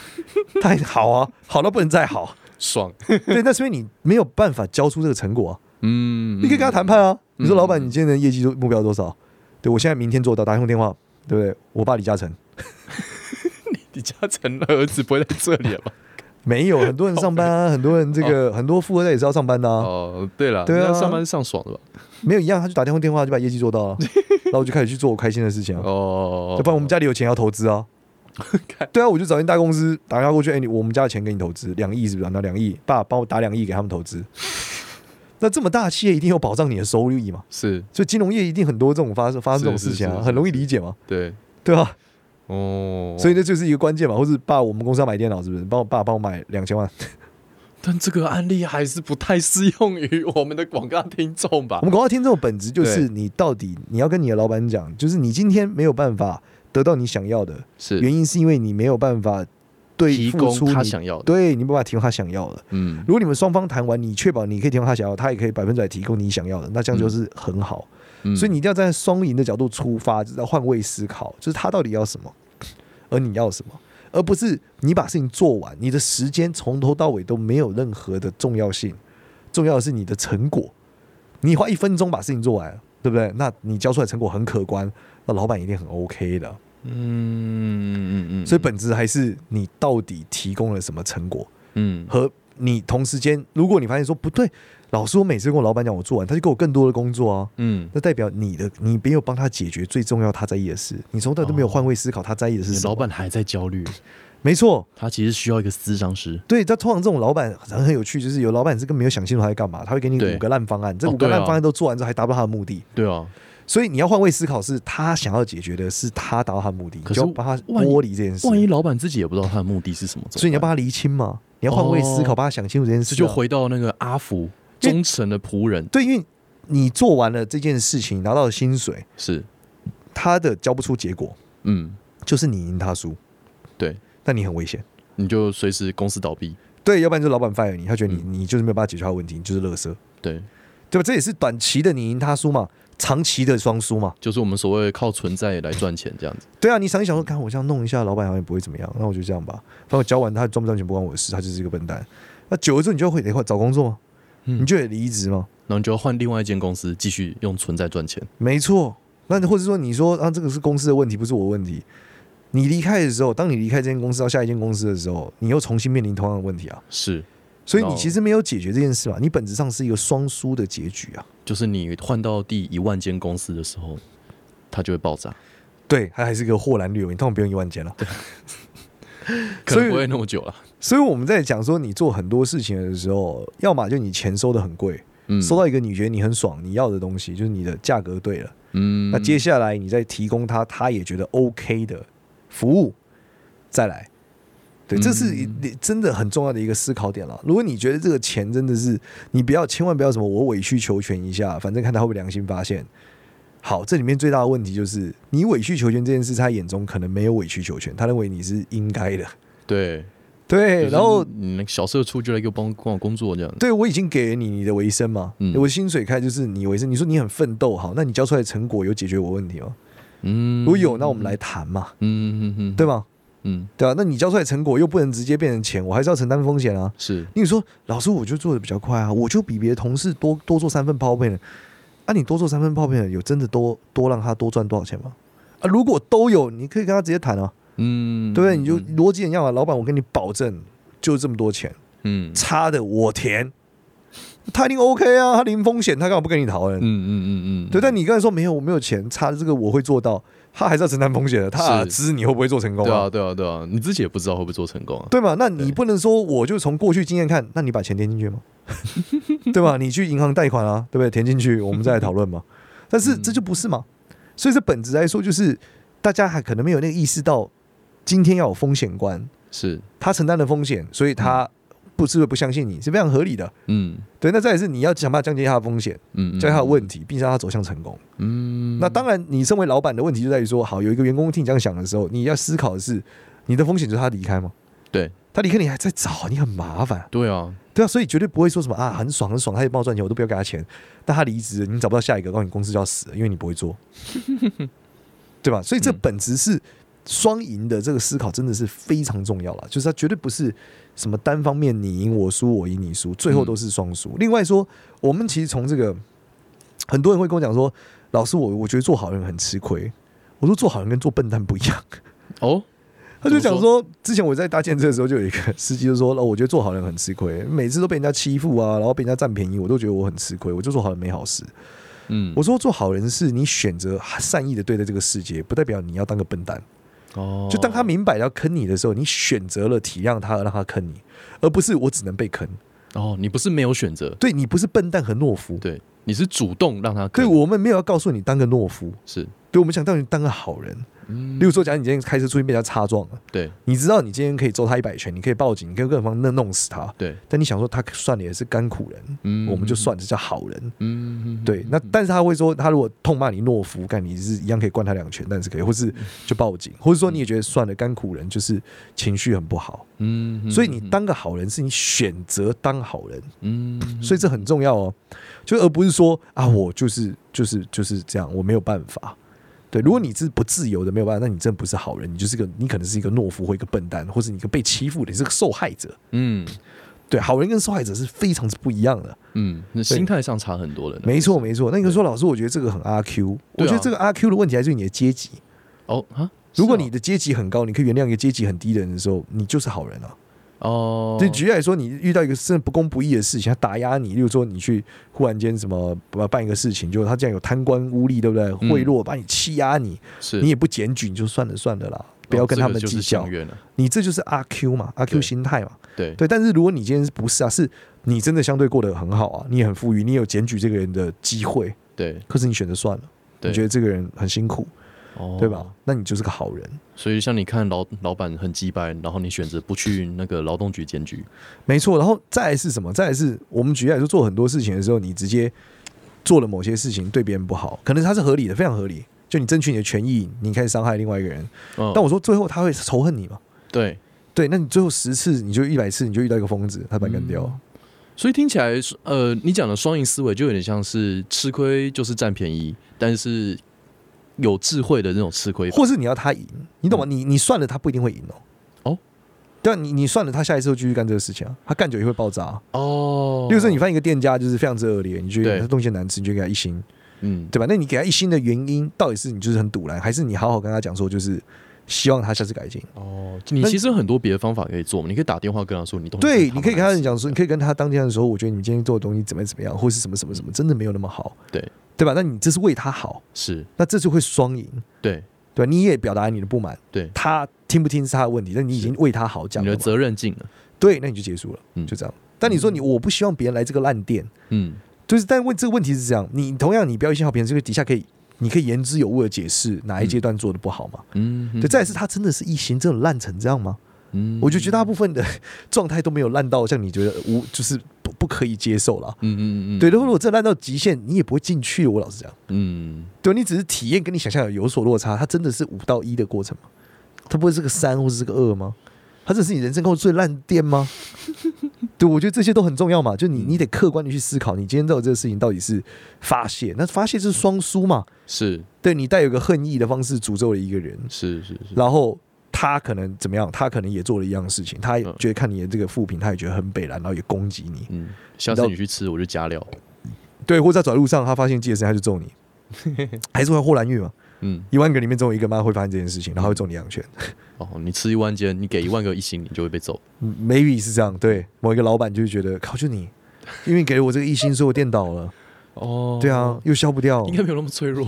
Speaker 3: 太好啊，好到不能再好，
Speaker 2: 爽，
Speaker 3: 对，那是因为你没有办法交出这个成果啊，
Speaker 2: 嗯，
Speaker 3: 你可以跟他谈判啊，你
Speaker 2: 嗯
Speaker 3: 说老板你今天的业绩都目标多少？对我现在明天做到，打通电话，对不对？我爸李嘉诚。
Speaker 2: 李嘉诚的儿子不会在这里了吧？
Speaker 3: 没有很多人上班啊，很多人这个很多富二代也是要上班的啊，
Speaker 2: 哦，对了，
Speaker 3: 对啊
Speaker 2: 那上班是上爽的吧？
Speaker 3: 没有一样，他就打电话电话就把业绩 做到了，然后我就开始去做我开心的事情啊，
Speaker 2: 哦，
Speaker 3: 要不然我们家里有钱要投 资啊。对啊，我就找间大公司打电话过去，哎、你我们家的钱给你投资两亿是不是？那两亿，爸帮我打两亿给他们投资。 那这么大企业一定有保障你的收益嘛？
Speaker 2: 是
Speaker 3: 所以金融业一定很多这种发生发生这种事情啊，
Speaker 2: 是是是
Speaker 3: 很容易理解嘛，
Speaker 2: 对，
Speaker 3: 对吧、啊？
Speaker 2: 哦，
Speaker 3: 所以这就是一个关键嘛，或是爸，我们公司要买电脑是不是？帮我爸帮我买两千万，
Speaker 2: 但这个案例还是不太适用于我们的广告听众吧
Speaker 3: 我？们广告听众的本质就是
Speaker 2: 对
Speaker 3: 你到底你要跟你的老板讲，就是你今天没有办法得到你想要的，
Speaker 2: 是
Speaker 3: 原因是因为你没有办法对
Speaker 2: 提
Speaker 3: 付
Speaker 2: 供
Speaker 3: 出
Speaker 2: 他
Speaker 3: 你
Speaker 2: 想要的，
Speaker 3: 对你没有办法提供他想要的。
Speaker 2: 嗯，
Speaker 3: 如果你们双方谈完，你确保你可以提供他想要，他也可以百分之百提供你想要的，那这样就是很好。
Speaker 2: 嗯
Speaker 3: 所以你一定要站在双赢的角度出发，就是要换位思考，就是他到底要什么，而你要什么，而不是你把事情做完，你的时间从头到尾都没有任何的重要性，重要的是你的成果。你花一分钟把事情做完，对不对？那你交出来的成果很可观，那老板一定很 OK 的。
Speaker 2: 嗯嗯嗯嗯，
Speaker 3: 所以本质还是你到底提供了什么成果。
Speaker 2: 嗯
Speaker 3: 和你同时间，如果你发现说不对，老师，我每次跟我老板讲我做完，他就给我更多的工作啊，
Speaker 2: 嗯，
Speaker 3: 那代表你的你没有帮他解决最重要他在意的事，你从头到尾都没
Speaker 2: 哦
Speaker 3: 有换位思考他在意的是
Speaker 2: 你
Speaker 3: 什么。
Speaker 2: 老板还在焦虑，
Speaker 3: 没错，
Speaker 2: 他其实需要一个思商师，
Speaker 3: 对，他通常这种老板很很有趣，就是有老板是根本没有想清楚他在干嘛，他会给你
Speaker 2: 对
Speaker 3: 五个烂方案，这
Speaker 2: 哦
Speaker 3: 五个
Speaker 2: 对啊
Speaker 3: 烂方案都做完之后还达不到他的目的，
Speaker 2: 对啊，
Speaker 3: 所以你要换位思考，是他想要解决的是他达到他的目的，
Speaker 2: 可
Speaker 3: 你
Speaker 2: 是
Speaker 3: 就要帮他
Speaker 2: 万一
Speaker 3: 剥离这件事，
Speaker 2: 万一老板自己也不知道他的目的是什么，怎么
Speaker 3: 所以你要
Speaker 2: 办
Speaker 3: 帮他厘清嘛，你要换位思考，
Speaker 2: 哦
Speaker 3: 帮他想清楚这件事
Speaker 2: 这
Speaker 3: 啊，
Speaker 2: 就回到那个阿福
Speaker 3: 因为
Speaker 2: 忠诚的仆人，
Speaker 3: 对，因为你做完了这件事情，拿到了薪水。
Speaker 2: 是，
Speaker 3: 他的交不出结果，
Speaker 2: 嗯，
Speaker 3: 就是你赢他输，
Speaker 2: 对，
Speaker 3: 但你很危险。
Speaker 2: 你就随时公司倒闭，
Speaker 3: 对，要不然就是老板 fire 你，他觉得你、你就是没有办法解决他的问题，你就是垃圾，
Speaker 2: 对，
Speaker 3: 对吧？这也是短期的你赢他输嘛，长期的双输嘛。
Speaker 2: 就是我们所谓靠存在来赚钱这样子，
Speaker 3: 对啊，你想一想说，看我这样弄一下，老板好像也不会怎么样，那我就这样吧。反正我交完他赚不赚钱不关我的事，他就是一个笨蛋。那久了之后，你就会得换找工作吗？
Speaker 2: 嗯
Speaker 3: 你就得离职吗？
Speaker 2: 然后你就要换另外一间公司继续用存在赚钱，
Speaker 3: 没错。那或者说你说啊，这个是公司的问题，不是我的问题。你离开的时候，当你离开这间公司到下一间公司的时候，你又重新面临同样的问题啊。
Speaker 2: 是，
Speaker 3: 所以你
Speaker 2: 哦
Speaker 3: 其实没有解决这件事嘛，你本质上是一个双输的结局啊。
Speaker 2: 就是你换到第一万间公司的时候，它就会爆炸，
Speaker 3: 对，它还是一个霍兰略微，通常不用一万件了。
Speaker 2: 可
Speaker 3: 所以
Speaker 2: 能不会那么久了，
Speaker 3: 所以我们在讲说，你做很多事情的时候，要么就你钱收的很贵，
Speaker 2: 嗯，
Speaker 3: 收到一个你觉得你很爽，你要的东西，就是你的价格对了。
Speaker 2: 嗯，
Speaker 3: 那接下来你再提供他，他也觉得 OK 的服务，再来。对，
Speaker 2: 嗯
Speaker 3: 这是你真的很重要的一个思考点了。如果你觉得这个钱真的是，你不要千万不要什么我委曲求全一下，反正看他会不会良心发现。好，这里面最大的问题就是你委曲求全这件事，他眼中可能没有委曲求全，他认为你是应该的。
Speaker 2: 对，
Speaker 3: 对，
Speaker 2: 就是
Speaker 3: 然后
Speaker 2: 你那个小社畜就来给我帮帮我工作这样，
Speaker 3: 对我已经给了你你的维生嘛，
Speaker 2: 嗯
Speaker 3: 我的薪水开就是你维生。你说你很奋斗，好，那你交出来的成果有解决我问题吗？
Speaker 2: 嗯，
Speaker 3: 如果有，那我们来谈嘛，
Speaker 2: 嗯，嗯嗯嗯，
Speaker 3: 对吗？
Speaker 2: 嗯，
Speaker 3: 对啊，那你交出来的成果又不能直接变成钱，我还是要承担风险啊。
Speaker 2: 是，
Speaker 3: 你说老师，我就做的比较快啊，我就比别的同事多多做三份 PowerPoint 了啊，你多做三份 PowerPoint 有真的多多让他多赚多少钱吗？啊，如果都有，你可以跟他直接谈啊，
Speaker 2: 嗯，
Speaker 3: 对不对？你就
Speaker 2: 嗯
Speaker 3: 逻辑一样啊，老板，我跟你保证，就这么多钱，
Speaker 2: 嗯
Speaker 3: 差的我填，他一定 OK 啊，他零风险，他干嘛不跟你讨
Speaker 2: 嗯
Speaker 3: 论？
Speaker 2: 嗯嗯嗯，
Speaker 3: 对，但你刚才说没有，我没有钱，差的这个我会做到，他还是要承担风险的，他哪
Speaker 2: 是
Speaker 3: 知你会不会做成功
Speaker 2: 对啊，对啊，对啊，你自己也不知道会不会做成功啊。
Speaker 3: 对嘛？那你不能说我就从过去经验看，那你把钱填进去吗？ 对吧？你去银行贷款啊，对不对？填 进去，我们再来讨论嘛。但
Speaker 2: 嗯
Speaker 3: 是这就不是嘛，所以这本质来说，就是大家还可能没有那个意识到，今天要有风险观，
Speaker 2: 是，
Speaker 3: 他承担了风险，所以他不是不相信你是非常合理的。
Speaker 2: 嗯
Speaker 3: 对，那再来是你要想办法降低他的风险，
Speaker 2: 嗯，
Speaker 3: 降低他的
Speaker 2: 嗯，
Speaker 3: 问题，并且让他走向成功。
Speaker 2: 嗯，
Speaker 3: 那当然，你身为老板的问题就在于说，好，有一个员工听你这样想的时候，你要思考的是，你的风险就是他离开吗？
Speaker 2: 对，
Speaker 3: 他离开你还在找，你很麻烦，
Speaker 2: 对啊，
Speaker 3: 对啊，所以绝对不会说什么啊，很爽很爽，他也帮我赚钱，我都不要给他钱，但他离职了，你找不到下一个，告诉你公司就要死了，因为你不会做， 对吧？所以这
Speaker 2: 嗯
Speaker 3: 本质是双赢的这个思考真的是非常重要了，就是它绝对不是什么单方面你赢我输，我赢你输，最后都是双输。另外说，我们其实从这个很多人会跟我讲说，老师我我觉得做好人很吃亏，我说做好人跟做笨蛋不一样。
Speaker 2: 哦，
Speaker 3: 他就讲说，之前我在搭建车的时候，就有一个司机就说：“哦，我觉得做好人很吃亏，每次都被人家欺负啊，然后被人家占便宜，我都觉得我很吃亏，我就做好人没好事。”
Speaker 2: 嗯，
Speaker 3: 我说做好人是你选择善意的对待这个世界，不代表你要当个笨蛋。
Speaker 2: 哦，
Speaker 3: 就当他明白要坑你的时候，你选择了体谅他，让他坑你，
Speaker 2: 嗯
Speaker 3: 而不是我只能被坑。
Speaker 2: 哦，你不是没有选择，
Speaker 3: 对你不是笨蛋和懦夫，
Speaker 2: 对，你是主动让他可
Speaker 3: 对
Speaker 2: 以
Speaker 3: 我们没有要告诉你当个懦夫，
Speaker 2: 是，
Speaker 3: 对我们想让你当个好人。
Speaker 2: 嗯
Speaker 3: 例如说，假如你今天开车出去被人家擦撞了，
Speaker 2: 对
Speaker 3: 你知道你今天可以揍他一百拳，你可以报警，你可以各方弄弄死他，
Speaker 2: 对，
Speaker 3: 但你想说他算了也是甘苦人，
Speaker 2: 嗯
Speaker 3: 我们就，算了，这叫好人。
Speaker 2: 嗯，嗯
Speaker 3: 对，那但是他会说，他如果痛骂你懦夫，干你是一样可以灌他两拳，但是可以，
Speaker 2: 嗯
Speaker 3: 或是就报警，或者说你也觉得算了，甘苦人就是情绪很不好，
Speaker 2: 嗯，嗯
Speaker 3: 所以你，当个好人是你选择当好人，
Speaker 2: 嗯，嗯
Speaker 3: 所以这很重要哦，就而不是说啊，我就是就是就是这样，我没有办法。对，如果你是不自由的，没有办法，那你真的不是好人，你就是个你可能是一个懦夫或一个笨蛋，或是你一个被欺负的，你是个受害者。
Speaker 2: 嗯
Speaker 3: 对，好人跟受害者是非常之不一样的。
Speaker 2: 嗯，那心态上差很多了呢，
Speaker 3: 没错，没错。那个说老师，我觉得这个很阿 Q，、我
Speaker 2: 对啊
Speaker 3: 觉得这个阿 Q 的问题还是你的阶级。
Speaker 2: 哦啊，
Speaker 3: 如果
Speaker 2: 是哦
Speaker 3: 你的阶级很高，你可以原谅一个阶级很低的人的时候，你就是好人啊。
Speaker 2: 哦，
Speaker 3: 对，举例来说，你遇到一个真的不公不义的事情，他打压你，例如说你去忽然间什么呃办一个事情，就是他竟然有贪官污吏，对不对？
Speaker 2: 嗯
Speaker 3: 贿赂把你欺压你，
Speaker 2: 是哦
Speaker 3: 你也不检举，你就算了算了啦，不要跟他们计较。
Speaker 2: 怨了，
Speaker 3: 你这就是阿 Q 嘛，阿 Q
Speaker 2: 对
Speaker 3: 心态嘛。
Speaker 2: 啊对
Speaker 3: 对，但是如果你今天不是啊，是你真的相对过得很好啊，你也很富裕，你有检举这个人的机会，
Speaker 2: 对
Speaker 3: 可是你选择算了，
Speaker 2: 对，
Speaker 3: 你觉得这个人很辛苦，
Speaker 2: 哦
Speaker 3: 对吧？？那你就是个好人。
Speaker 2: 所以像你看老老板很鸡掰，然后你选择不去那个劳动局检举，
Speaker 3: 没错，然后再来是什么？再来是我们举例来说，做很多事情的时候，你直接做了某些事情对别人不好，可能它是合理的，非常合理。就你争取你的权益，你开始伤害另外一个人。
Speaker 2: 嗯，
Speaker 3: 但我说最后他会仇恨你嘛？
Speaker 2: 对，
Speaker 3: 对，那你最后十次你就一百次你就遇到一个疯子，他把你干
Speaker 2: 嗯
Speaker 3: 掉了。
Speaker 2: 所以听起来，呃，你讲的双赢思维就有点像是吃亏就是占便宜，但是有智慧的那种吃亏法，
Speaker 3: 或是你要他赢，你懂吗？你你算了他不一定会赢哦。
Speaker 2: 嗯哦，
Speaker 3: 对啊，你你算了他下一次会继续干这个事情啊，他干久也会爆炸啊。
Speaker 2: 哦
Speaker 3: 例如说你发现一个店家就是非常之恶劣，你觉得
Speaker 2: 对
Speaker 3: 他东西难吃，你就给他一星，
Speaker 2: 嗯，
Speaker 3: 对吧？那你给他一星的原因到底是你就是很堵然，还是你好好跟他讲说就是希望他下次改进？
Speaker 2: 哦，你
Speaker 3: 那
Speaker 2: 其实很多别的方法可以做嘛，你可以打电话跟他说你东西
Speaker 3: 对，
Speaker 2: 是
Speaker 3: 你可以跟他
Speaker 2: 们
Speaker 3: 讲说，你可以跟他当天的时候，我觉得你今天做的东西怎么怎么样，或是什么什么什么，真的没有那么好，
Speaker 2: 对
Speaker 3: 对吧？那你这是为他好，
Speaker 2: 是，
Speaker 3: 那这就会双赢，
Speaker 2: 对
Speaker 3: 对吧？你也表达你的不满，
Speaker 2: 对，
Speaker 3: 他听不听是他的问题，但你已经为他好讲
Speaker 2: 你
Speaker 3: 了
Speaker 2: 的
Speaker 3: 嘛，
Speaker 2: 责任尽了，
Speaker 3: 对，那你就结束了，
Speaker 2: 嗯
Speaker 3: 就这样。但你说你我不希望别人来这个烂店，
Speaker 2: 嗯，
Speaker 3: 就是但问这个问题是这样，你同样你不要一心好别人，这个底下可以。你可以言之有物的解释哪一阶段做的不好嘛？
Speaker 2: 嗯嗯，
Speaker 3: 对，再来是他真的是一心真的烂成这样吗？
Speaker 2: 嗯，
Speaker 3: 我就觉得大部分的 状态都没有烂到像你觉得无就是不不可以接受了。
Speaker 2: 嗯嗯嗯，
Speaker 3: 对，如果我真的烂到极限，你也不会进去。我老实讲，
Speaker 2: 嗯，
Speaker 3: 对你只是体验跟你想象有有所落差，它真的是五到一的过程吗？它不会是个三或是个二吗？它这是你人生中最烂 店吗？对，我觉得这些都很重要嘛。就
Speaker 2: 嗯
Speaker 3: 你，你得客观的去思考，你今天做的这个事情到底是发泄，那发泄就是双输嘛。
Speaker 2: 是
Speaker 3: 对你带有一个恨意的方式诅咒了一个人，
Speaker 2: 是是是，
Speaker 3: 然后他可能怎么样？他可能也做了一样的事情，他也
Speaker 2: 嗯
Speaker 3: 觉得看你的这个负评，他也觉得很北然，然后也攻击你。
Speaker 2: 嗯，下次你去吃我就加料，
Speaker 3: 对，或者在走在路上，他发现自己的事情，他就揍 你，还是会霍兰玉嘛？
Speaker 2: 嗯，
Speaker 3: 一万个里面总有一个妈会发现这件事情，然后会揍你两拳。
Speaker 2: 哦，你吃一万间，你给一万个一星，你就会被揍，
Speaker 3: 嗯 Maybe 是这样，对，某一个老板就会觉得靠，就你，因为你给了我这个一星，所以我电倒了，
Speaker 2: 哦
Speaker 3: 对啊，，又消不掉
Speaker 2: 应，该没有那么脆 弱，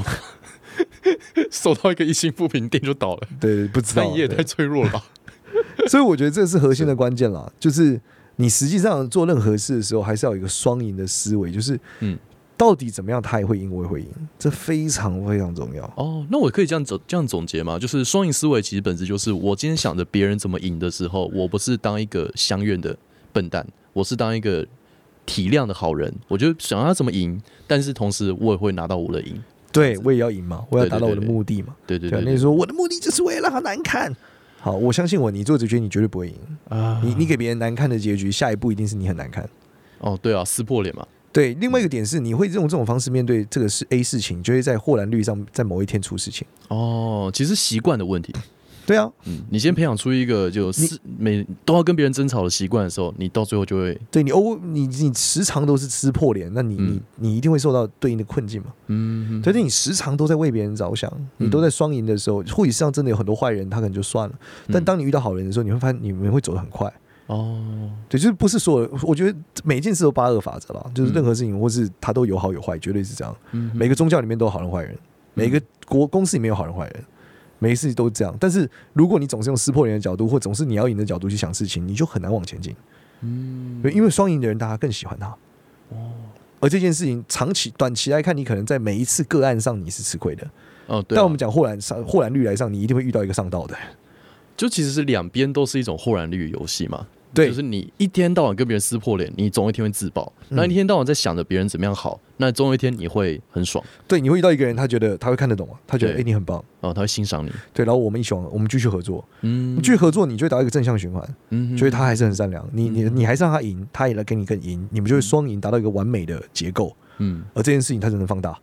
Speaker 2: 收到一个一星不平店就倒了，
Speaker 3: 对，不知
Speaker 2: 那
Speaker 3: 道，
Speaker 2: 你也
Speaker 3: 对
Speaker 2: 太脆弱了吧？
Speaker 3: 所以我觉得这是核心的关键啦，就是你实际上做任何事的时候，还是要有一个双赢的思维，就是
Speaker 2: 嗯
Speaker 3: 嗯，到底怎么样他也会赢，我也会赢，这非常非常重要。
Speaker 2: 哦，那我可以这样总这样总结吗？就是双赢思维其实本质就是，我今天想着别人怎么赢的时候，我不是当一个相怨的笨蛋，我是当一个体谅的好人。我就想他怎么赢，但是同时我也会拿到我的赢。
Speaker 3: 对我也要赢嘛，我要达到我
Speaker 2: 对对
Speaker 3: 的
Speaker 2: 对对
Speaker 3: 目的嘛。
Speaker 2: 对对
Speaker 3: 对啊，
Speaker 2: 对
Speaker 3: 那你
Speaker 2: 对
Speaker 3: 说我的目的就是为了让他难看。好，我相信我，你做这决定你绝对不会赢。
Speaker 2: 啊
Speaker 3: 你你给别人难看的结局，下一步一定是你很难看。
Speaker 2: 哦，对啊，撕破脸嘛，
Speaker 3: 对，另外一个点是，你会用这种方式面对这个是 A 事情，你就会在豁然率上，在某一天出事情。
Speaker 2: 哦，其实习惯的问题，
Speaker 3: 对啊，
Speaker 2: 嗯，你先培养出一个就
Speaker 3: 你
Speaker 2: 是每都要跟别人争吵的习惯的时候，你到最后就会，
Speaker 3: 对你哦，你你时常都是撕破脸，那你、
Speaker 2: 嗯
Speaker 3: 你你一定会受到对应的困境嘛。
Speaker 2: 嗯，
Speaker 3: 所以你时常都在为别人着想，你都在双赢的时候，或许上真的有很多坏人，他可能就算了。
Speaker 2: 嗯
Speaker 3: 但当你遇到好人的时候，你会发现你们会走得很快。
Speaker 2: 哦，
Speaker 3: 对，就是不是所有，我觉得每件事都八二法则啦，就是
Speaker 2: 嗯
Speaker 3: 任何事情或是它都有好有坏，绝对是这样。
Speaker 2: 嗯
Speaker 3: 每个宗教里面都有好人坏人，每个国公司里面有好人坏人，每一次都这样。但是如果你总是用撕破脸的角度，或总是你要赢的角度去想事情，你就很难往前进。
Speaker 2: 嗯哦
Speaker 3: 对因为双赢的人大家更喜欢他。而这件事情长期、短期来看，你可能在每一次个案上你是吃亏的，
Speaker 2: 哦，对啊、嗯
Speaker 3: 但我们讲豁然上、豁然率来上，你一定会遇到一个上道的。
Speaker 2: 就其实是两边都是一种豁然率游戏嘛。
Speaker 3: 对
Speaker 2: 就是你一天到晚跟别人撕破脸，你总有一天会自爆。
Speaker 3: 嗯
Speaker 2: 那一天到晚在想着别人怎么样好，那总有一天你会很爽
Speaker 3: 对，你会遇到一个人，他觉得他会看得懂啊，他觉得哎、
Speaker 2: 对
Speaker 3: 诶你很棒，
Speaker 2: 哦，他会欣赏你。
Speaker 3: 对，然后我们一起往，我们继续合作，
Speaker 2: 嗯
Speaker 3: 继续合作，你就会达到一个正向循环，
Speaker 2: 嗯
Speaker 3: 所以他还是很善良，你你
Speaker 2: 嗯
Speaker 3: 你还是让他赢，他也来给你更赢，你们就会双赢，达到一个完美的结构，
Speaker 2: 嗯，
Speaker 3: 而这件事情它才能放大，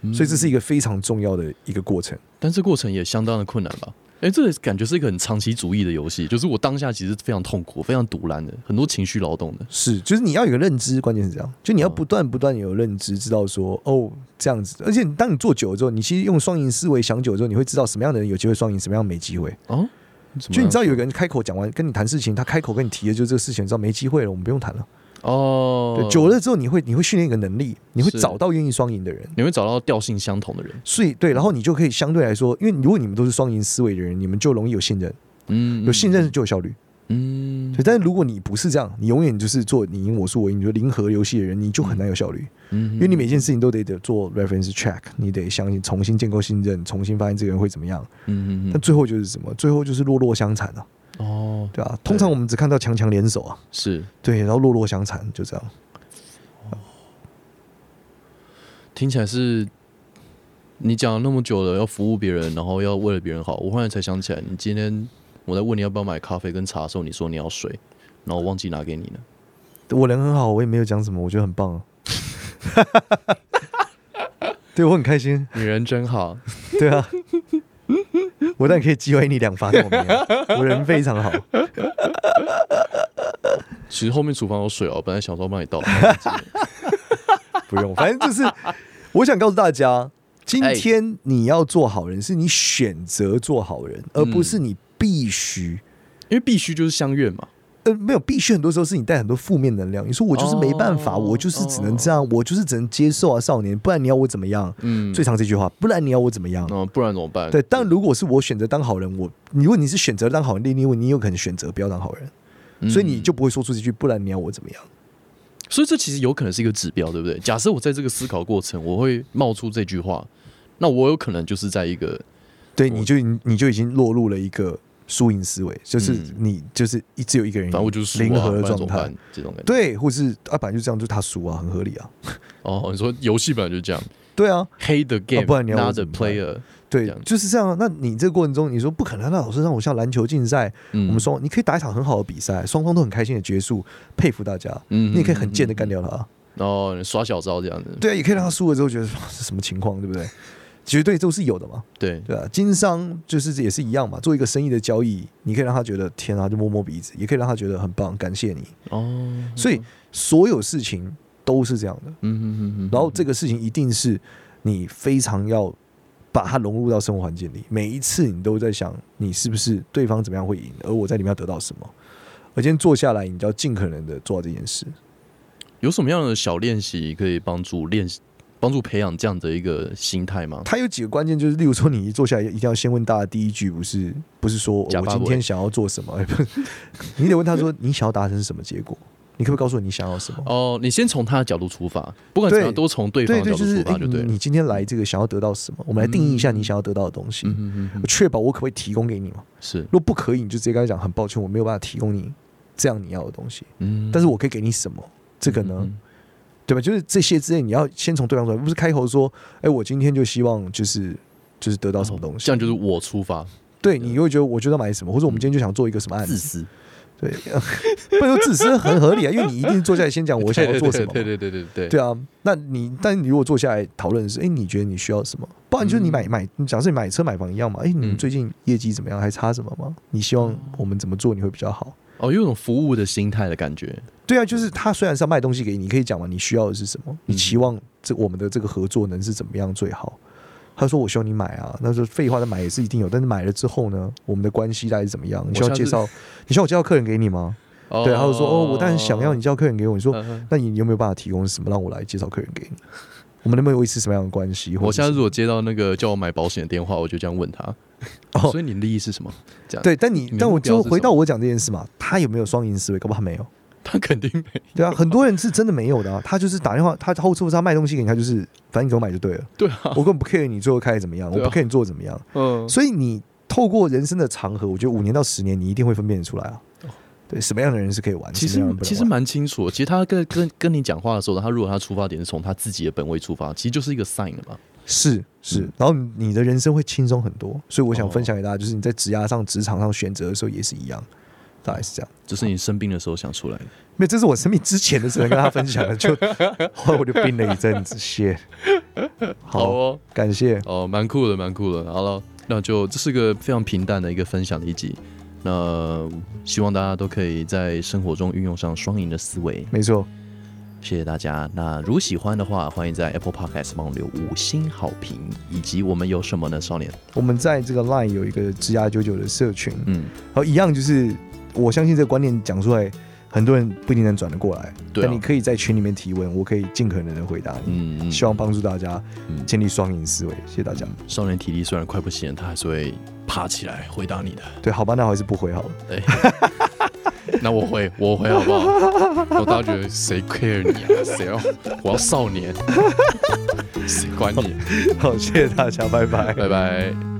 Speaker 2: 嗯
Speaker 3: 所以这是一个非常重要的一个过程。
Speaker 2: 但这过程也相当的困难吧？哎，这感觉是一个很长期主义的游戏，就是我当下其实非常痛苦、非常堵然的，很多情绪劳动的。
Speaker 3: 是，就是你要有个认知，关键是这样，就你要
Speaker 2: 嗯
Speaker 3: 不断不断有认知，知道说哦这样子，而且当你做久了之后，你其实用双赢思维想久了之后，你会知道什么样的人有机会双赢，什么样没机会。
Speaker 2: 哦，怎么
Speaker 3: 就你知道
Speaker 2: 样
Speaker 3: 有个人开口讲完跟你谈事情，他开口跟你提的就是这个事情，你知道没机会了，我们不用谈了。
Speaker 2: 哦，
Speaker 3: 对，久了之后你会你会训练一个能力，你会
Speaker 2: 是
Speaker 3: 找到愿意双赢的人。
Speaker 2: 你会找到调性相同的人。
Speaker 3: 所以对，然后你就可以相对来说，因为如果你们都是双赢思维的人，你们就容易有信任，
Speaker 2: 嗯，
Speaker 3: 有信任就有效率。
Speaker 2: 嗯，
Speaker 3: 对，
Speaker 2: 嗯，
Speaker 3: 但是如果你不是这样，你永远就是做你赢我输我赢，你就零和游戏的人，你就很难有效率。
Speaker 2: 嗯，因
Speaker 3: 因为你每件事情都得得做 reference check，你得相信，重新建构信任，重新发现这个人会怎么样。
Speaker 2: 嗯嗯
Speaker 3: 但最后就是什么？最后就是弱弱相残啊，
Speaker 2: 嗯哦，
Speaker 3: 对啊？通常
Speaker 2: 对
Speaker 3: 我们只看到强强联手啊，
Speaker 2: 是
Speaker 3: 对，然后弱弱相残就这样。
Speaker 2: 听起来是你讲了那么久了，要服务别人，然后要为了别人好。我忽然才想起来，你今天我在问你要不要买咖啡跟茶的时候，你说你要水，然后我忘记拿给你了。
Speaker 3: 我人很好，我也没有讲什么，我觉得很棒啊。 对我很开心，
Speaker 2: 女人真好，
Speaker 3: 对啊，我当然可以击毁你两发，但我没有，我人非常好。
Speaker 2: 其实后面厨房有水哦，本来想说帮你 倒。
Speaker 3: 不用，反正就是我想告诉大家，今
Speaker 2: 哎
Speaker 3: 天你要做好人，是你选择做好人，
Speaker 2: 哎
Speaker 3: 而不是你必须。
Speaker 2: 因为必须就是相怨嘛。
Speaker 3: 呃，没有必须，很多时候是你带很多负面能量。你说我就是没办法，
Speaker 2: 哦
Speaker 3: 我就是只能这样，我就是只能接受啊，少年，不然你要我怎么样？
Speaker 2: 嗯，
Speaker 3: 最常这句话，不然你要我怎么样？
Speaker 2: 嗯，不然怎么办？
Speaker 3: 对，但如果是我选择当好人，我如果你是选择当好人，另一位你有可能选择不要当好人，
Speaker 2: 嗯
Speaker 3: 所以你就不会说出这句“不然你要我怎么样
Speaker 2: 所以这其实有可能是一个指标，对不对？假设我在这个思考过程，我会冒出这句话，那我有可能就是在一个”，
Speaker 3: 对，你就你就已经落入了一个输赢思维，就是
Speaker 2: 嗯
Speaker 3: 你就是一只有一个人
Speaker 2: 反正我就是输啊
Speaker 3: 嗯零和
Speaker 2: 不
Speaker 3: 的
Speaker 2: 然怎
Speaker 3: 状
Speaker 2: 么
Speaker 3: 态
Speaker 2: 办，这种感觉。
Speaker 3: 对，或是啊，本来就这样，就他输啊，很合理啊，
Speaker 2: 哦，你说游戏本来就这样
Speaker 3: 对啊，
Speaker 2: ，hate the
Speaker 3: 啊不然你要我
Speaker 2: game，not the
Speaker 3: 怎么办
Speaker 2: player。
Speaker 3: 对
Speaker 2: 这样，子
Speaker 3: 就是这样啊。那你这个过程中，你说不可能啊，那老师让我像篮球竞赛，
Speaker 2: 嗯
Speaker 3: 我们双你可以打一场很好的比赛，双方都很开心的结束，佩服大家。
Speaker 2: 嗯
Speaker 3: 你也可以很贱的干掉他啊，
Speaker 2: 然后刷小招这样子。
Speaker 3: 对啊，也可以让他输了之后觉得哇这什么情况，对不对？绝对都是有的嘛，
Speaker 2: 对，
Speaker 3: 对啊，经商就是也是一样嘛，做一个生意的交易，你可以让他觉得天啊，就摸摸鼻子，也可以让他觉得很棒，感谢你。
Speaker 2: 哦，
Speaker 3: 所以所有事情都是这样的，
Speaker 2: 嗯哼哼哼，
Speaker 3: 然后这个事情一定是你非常要把它融入到生活环境里，每一次你都在想你是不是对方怎么样会赢，而我在里面要得到什么。而今天坐下来，你就要尽可能的做到这件事。
Speaker 2: 有什么样的小练习可以帮助练习、帮助培养这样的一个心态吗？
Speaker 3: 它有几个关键，就是例如说，你一坐下来一定要先问大家第一句，不是不是说哦
Speaker 2: 假
Speaker 3: 我
Speaker 2: 发
Speaker 3: 今
Speaker 2: 尾
Speaker 3: 天想要做什么，哎 不是你得问他说你想要达成什么结果，你可不可以告诉我你想要什么？
Speaker 2: 哦，你先从他的角度出发，不管怎么样
Speaker 3: 对
Speaker 2: 都从对方的
Speaker 3: 对，
Speaker 2: 角
Speaker 3: 就
Speaker 2: 度
Speaker 3: 是
Speaker 2: 出发
Speaker 3: 哎
Speaker 2: 就
Speaker 3: 你
Speaker 2: 对了。
Speaker 3: 你今天来这个想要得到什么？我们来定义一下
Speaker 2: 嗯
Speaker 3: 你想要得到的东西，
Speaker 2: 嗯哼哼哼，
Speaker 3: 确保我可不可以提供给你嘛？
Speaker 2: 是，
Speaker 3: 若不可以，你就直接跟他讲，很抱歉，我没有办法提供你这样你要的东西，
Speaker 2: 嗯
Speaker 3: 但是我可以给你什么？这个呢，对吧？就是这些之类，你要先从对方出来，不是开口说，哎、我今天就希望就是就是得到什么东西，
Speaker 2: 哦这样就是我出发，
Speaker 3: 对你又会觉得我就要买什么，或者我们今天就想做一个什么案
Speaker 2: 嗯自
Speaker 3: 子，
Speaker 2: 私。
Speaker 3: 对， 不然说自私很合理啊，因为你一定坐下来先讲我想要做什么嘛，
Speaker 2: 对对对对对
Speaker 3: 对啊，那你但你如果坐下来讨论的是，哎、你觉得你需要什么？不然就是你买、买，假设你买车买房一样嘛，哎、你
Speaker 2: 嗯
Speaker 3: 最近业绩怎么样？还差什么吗？你希望我们怎么做你会比较好？
Speaker 2: 哦，有一种服务的心态的感觉。
Speaker 3: 对啊，就是他虽然是要卖东西给你，你可以讲嘛，你需要的是什么？
Speaker 2: 嗯
Speaker 3: 你期望这我们的这个合作能是怎么样最好？他说：“我希望你买啊。”那说废话，那买也是一定有，但是买了之后呢，我们的关系大概是怎么样？你需要
Speaker 2: 下次
Speaker 3: 介绍，你需要我介绍客人给你吗？
Speaker 2: 哦
Speaker 3: 对，他就说：“哦，我当然想要你介绍客人给我。”你说：“
Speaker 2: 嗯哼
Speaker 3: 那你你有没有办法提供什么让我来介绍客人给你？我们能不能维持什么样的关系？或
Speaker 2: 我下
Speaker 3: 者
Speaker 2: 次
Speaker 3: 是
Speaker 2: 如果接到那个叫我买保险的电话，我就这样问他。
Speaker 3: 哦
Speaker 2: 所以你利益是什么？ 这样，
Speaker 3: 对，但你
Speaker 2: 你的
Speaker 3: 但我
Speaker 2: 目标
Speaker 3: 就是回
Speaker 2: 什
Speaker 3: 到
Speaker 2: 么
Speaker 3: 我讲这件事嘛，他有没有双赢思维？搞不好他没有。
Speaker 2: 他肯定没
Speaker 3: 对啊，很多人是真的没有的、啊，他就是打电话，他后车他卖东西给你，他就是反正你给我买就对了，
Speaker 2: 对啊，
Speaker 3: 我根本不 care 你最后开得怎么样，我
Speaker 2: 对啊
Speaker 3: 不 care 你做得怎么样。
Speaker 2: 嗯，
Speaker 3: 所以你透过人生的长河，我觉得五年到十年，你一定会分辨得出来啊
Speaker 2: 哦。
Speaker 3: 对，什么样的人是可以玩，
Speaker 2: 其实
Speaker 3: 什么样的人不能
Speaker 2: 其实
Speaker 3: 玩
Speaker 2: 蛮清楚的。其实他跟跟跟你讲话的时候，他如果他出发点是从他自己的本位出发，其实就是一个 sign 了嘛。
Speaker 3: 是是
Speaker 2: 嗯，
Speaker 3: 然后你的人生会轻松很多。所以我想
Speaker 2: 哦
Speaker 3: 分享给大家，就是你在职涯上、职场上选择的时候也是一样，大概是这样。
Speaker 2: 只是你生病的时候想出来的。
Speaker 3: 没有，这是我生病之前的事，跟大家分享的。 就后来我就病了一阵子，谢。
Speaker 2: 好
Speaker 3: 好，
Speaker 2: 哦，
Speaker 3: 感谢。
Speaker 2: 哦，蛮酷的，蛮酷的。好了，那就这是个非常平淡的一个分享的一集。那希望大家都可以在生活中运用上双赢的思维。
Speaker 3: 没错，
Speaker 2: 谢谢大家。那如果喜欢的话，欢迎在 Apple Podcast 帮我们留五星好评，以及我们有什么呢？少年，
Speaker 3: 我们在这个 LINE 有一个职涯九九的社群，
Speaker 2: 嗯，
Speaker 3: 然后一样就是，我相信这个观念讲出来，很多人不一定能转得过来。
Speaker 2: 对啊
Speaker 3: 但你可以在群里面提问，我可以尽可能的回答你，
Speaker 2: 嗯，嗯
Speaker 3: 希望帮助大家
Speaker 2: 嗯
Speaker 3: 建立双赢思维。谢谢大家。
Speaker 2: 少年体力虽然快不行，他还是会爬起来回答你 的。
Speaker 3: 对，好吧，那我还是不回好了。
Speaker 2: 对，那我回，我回好不好？我大家觉得谁 care 你啊？谁要？我要少年，谁管你？
Speaker 3: 好，谢谢大家，拜拜。
Speaker 2: 拜拜。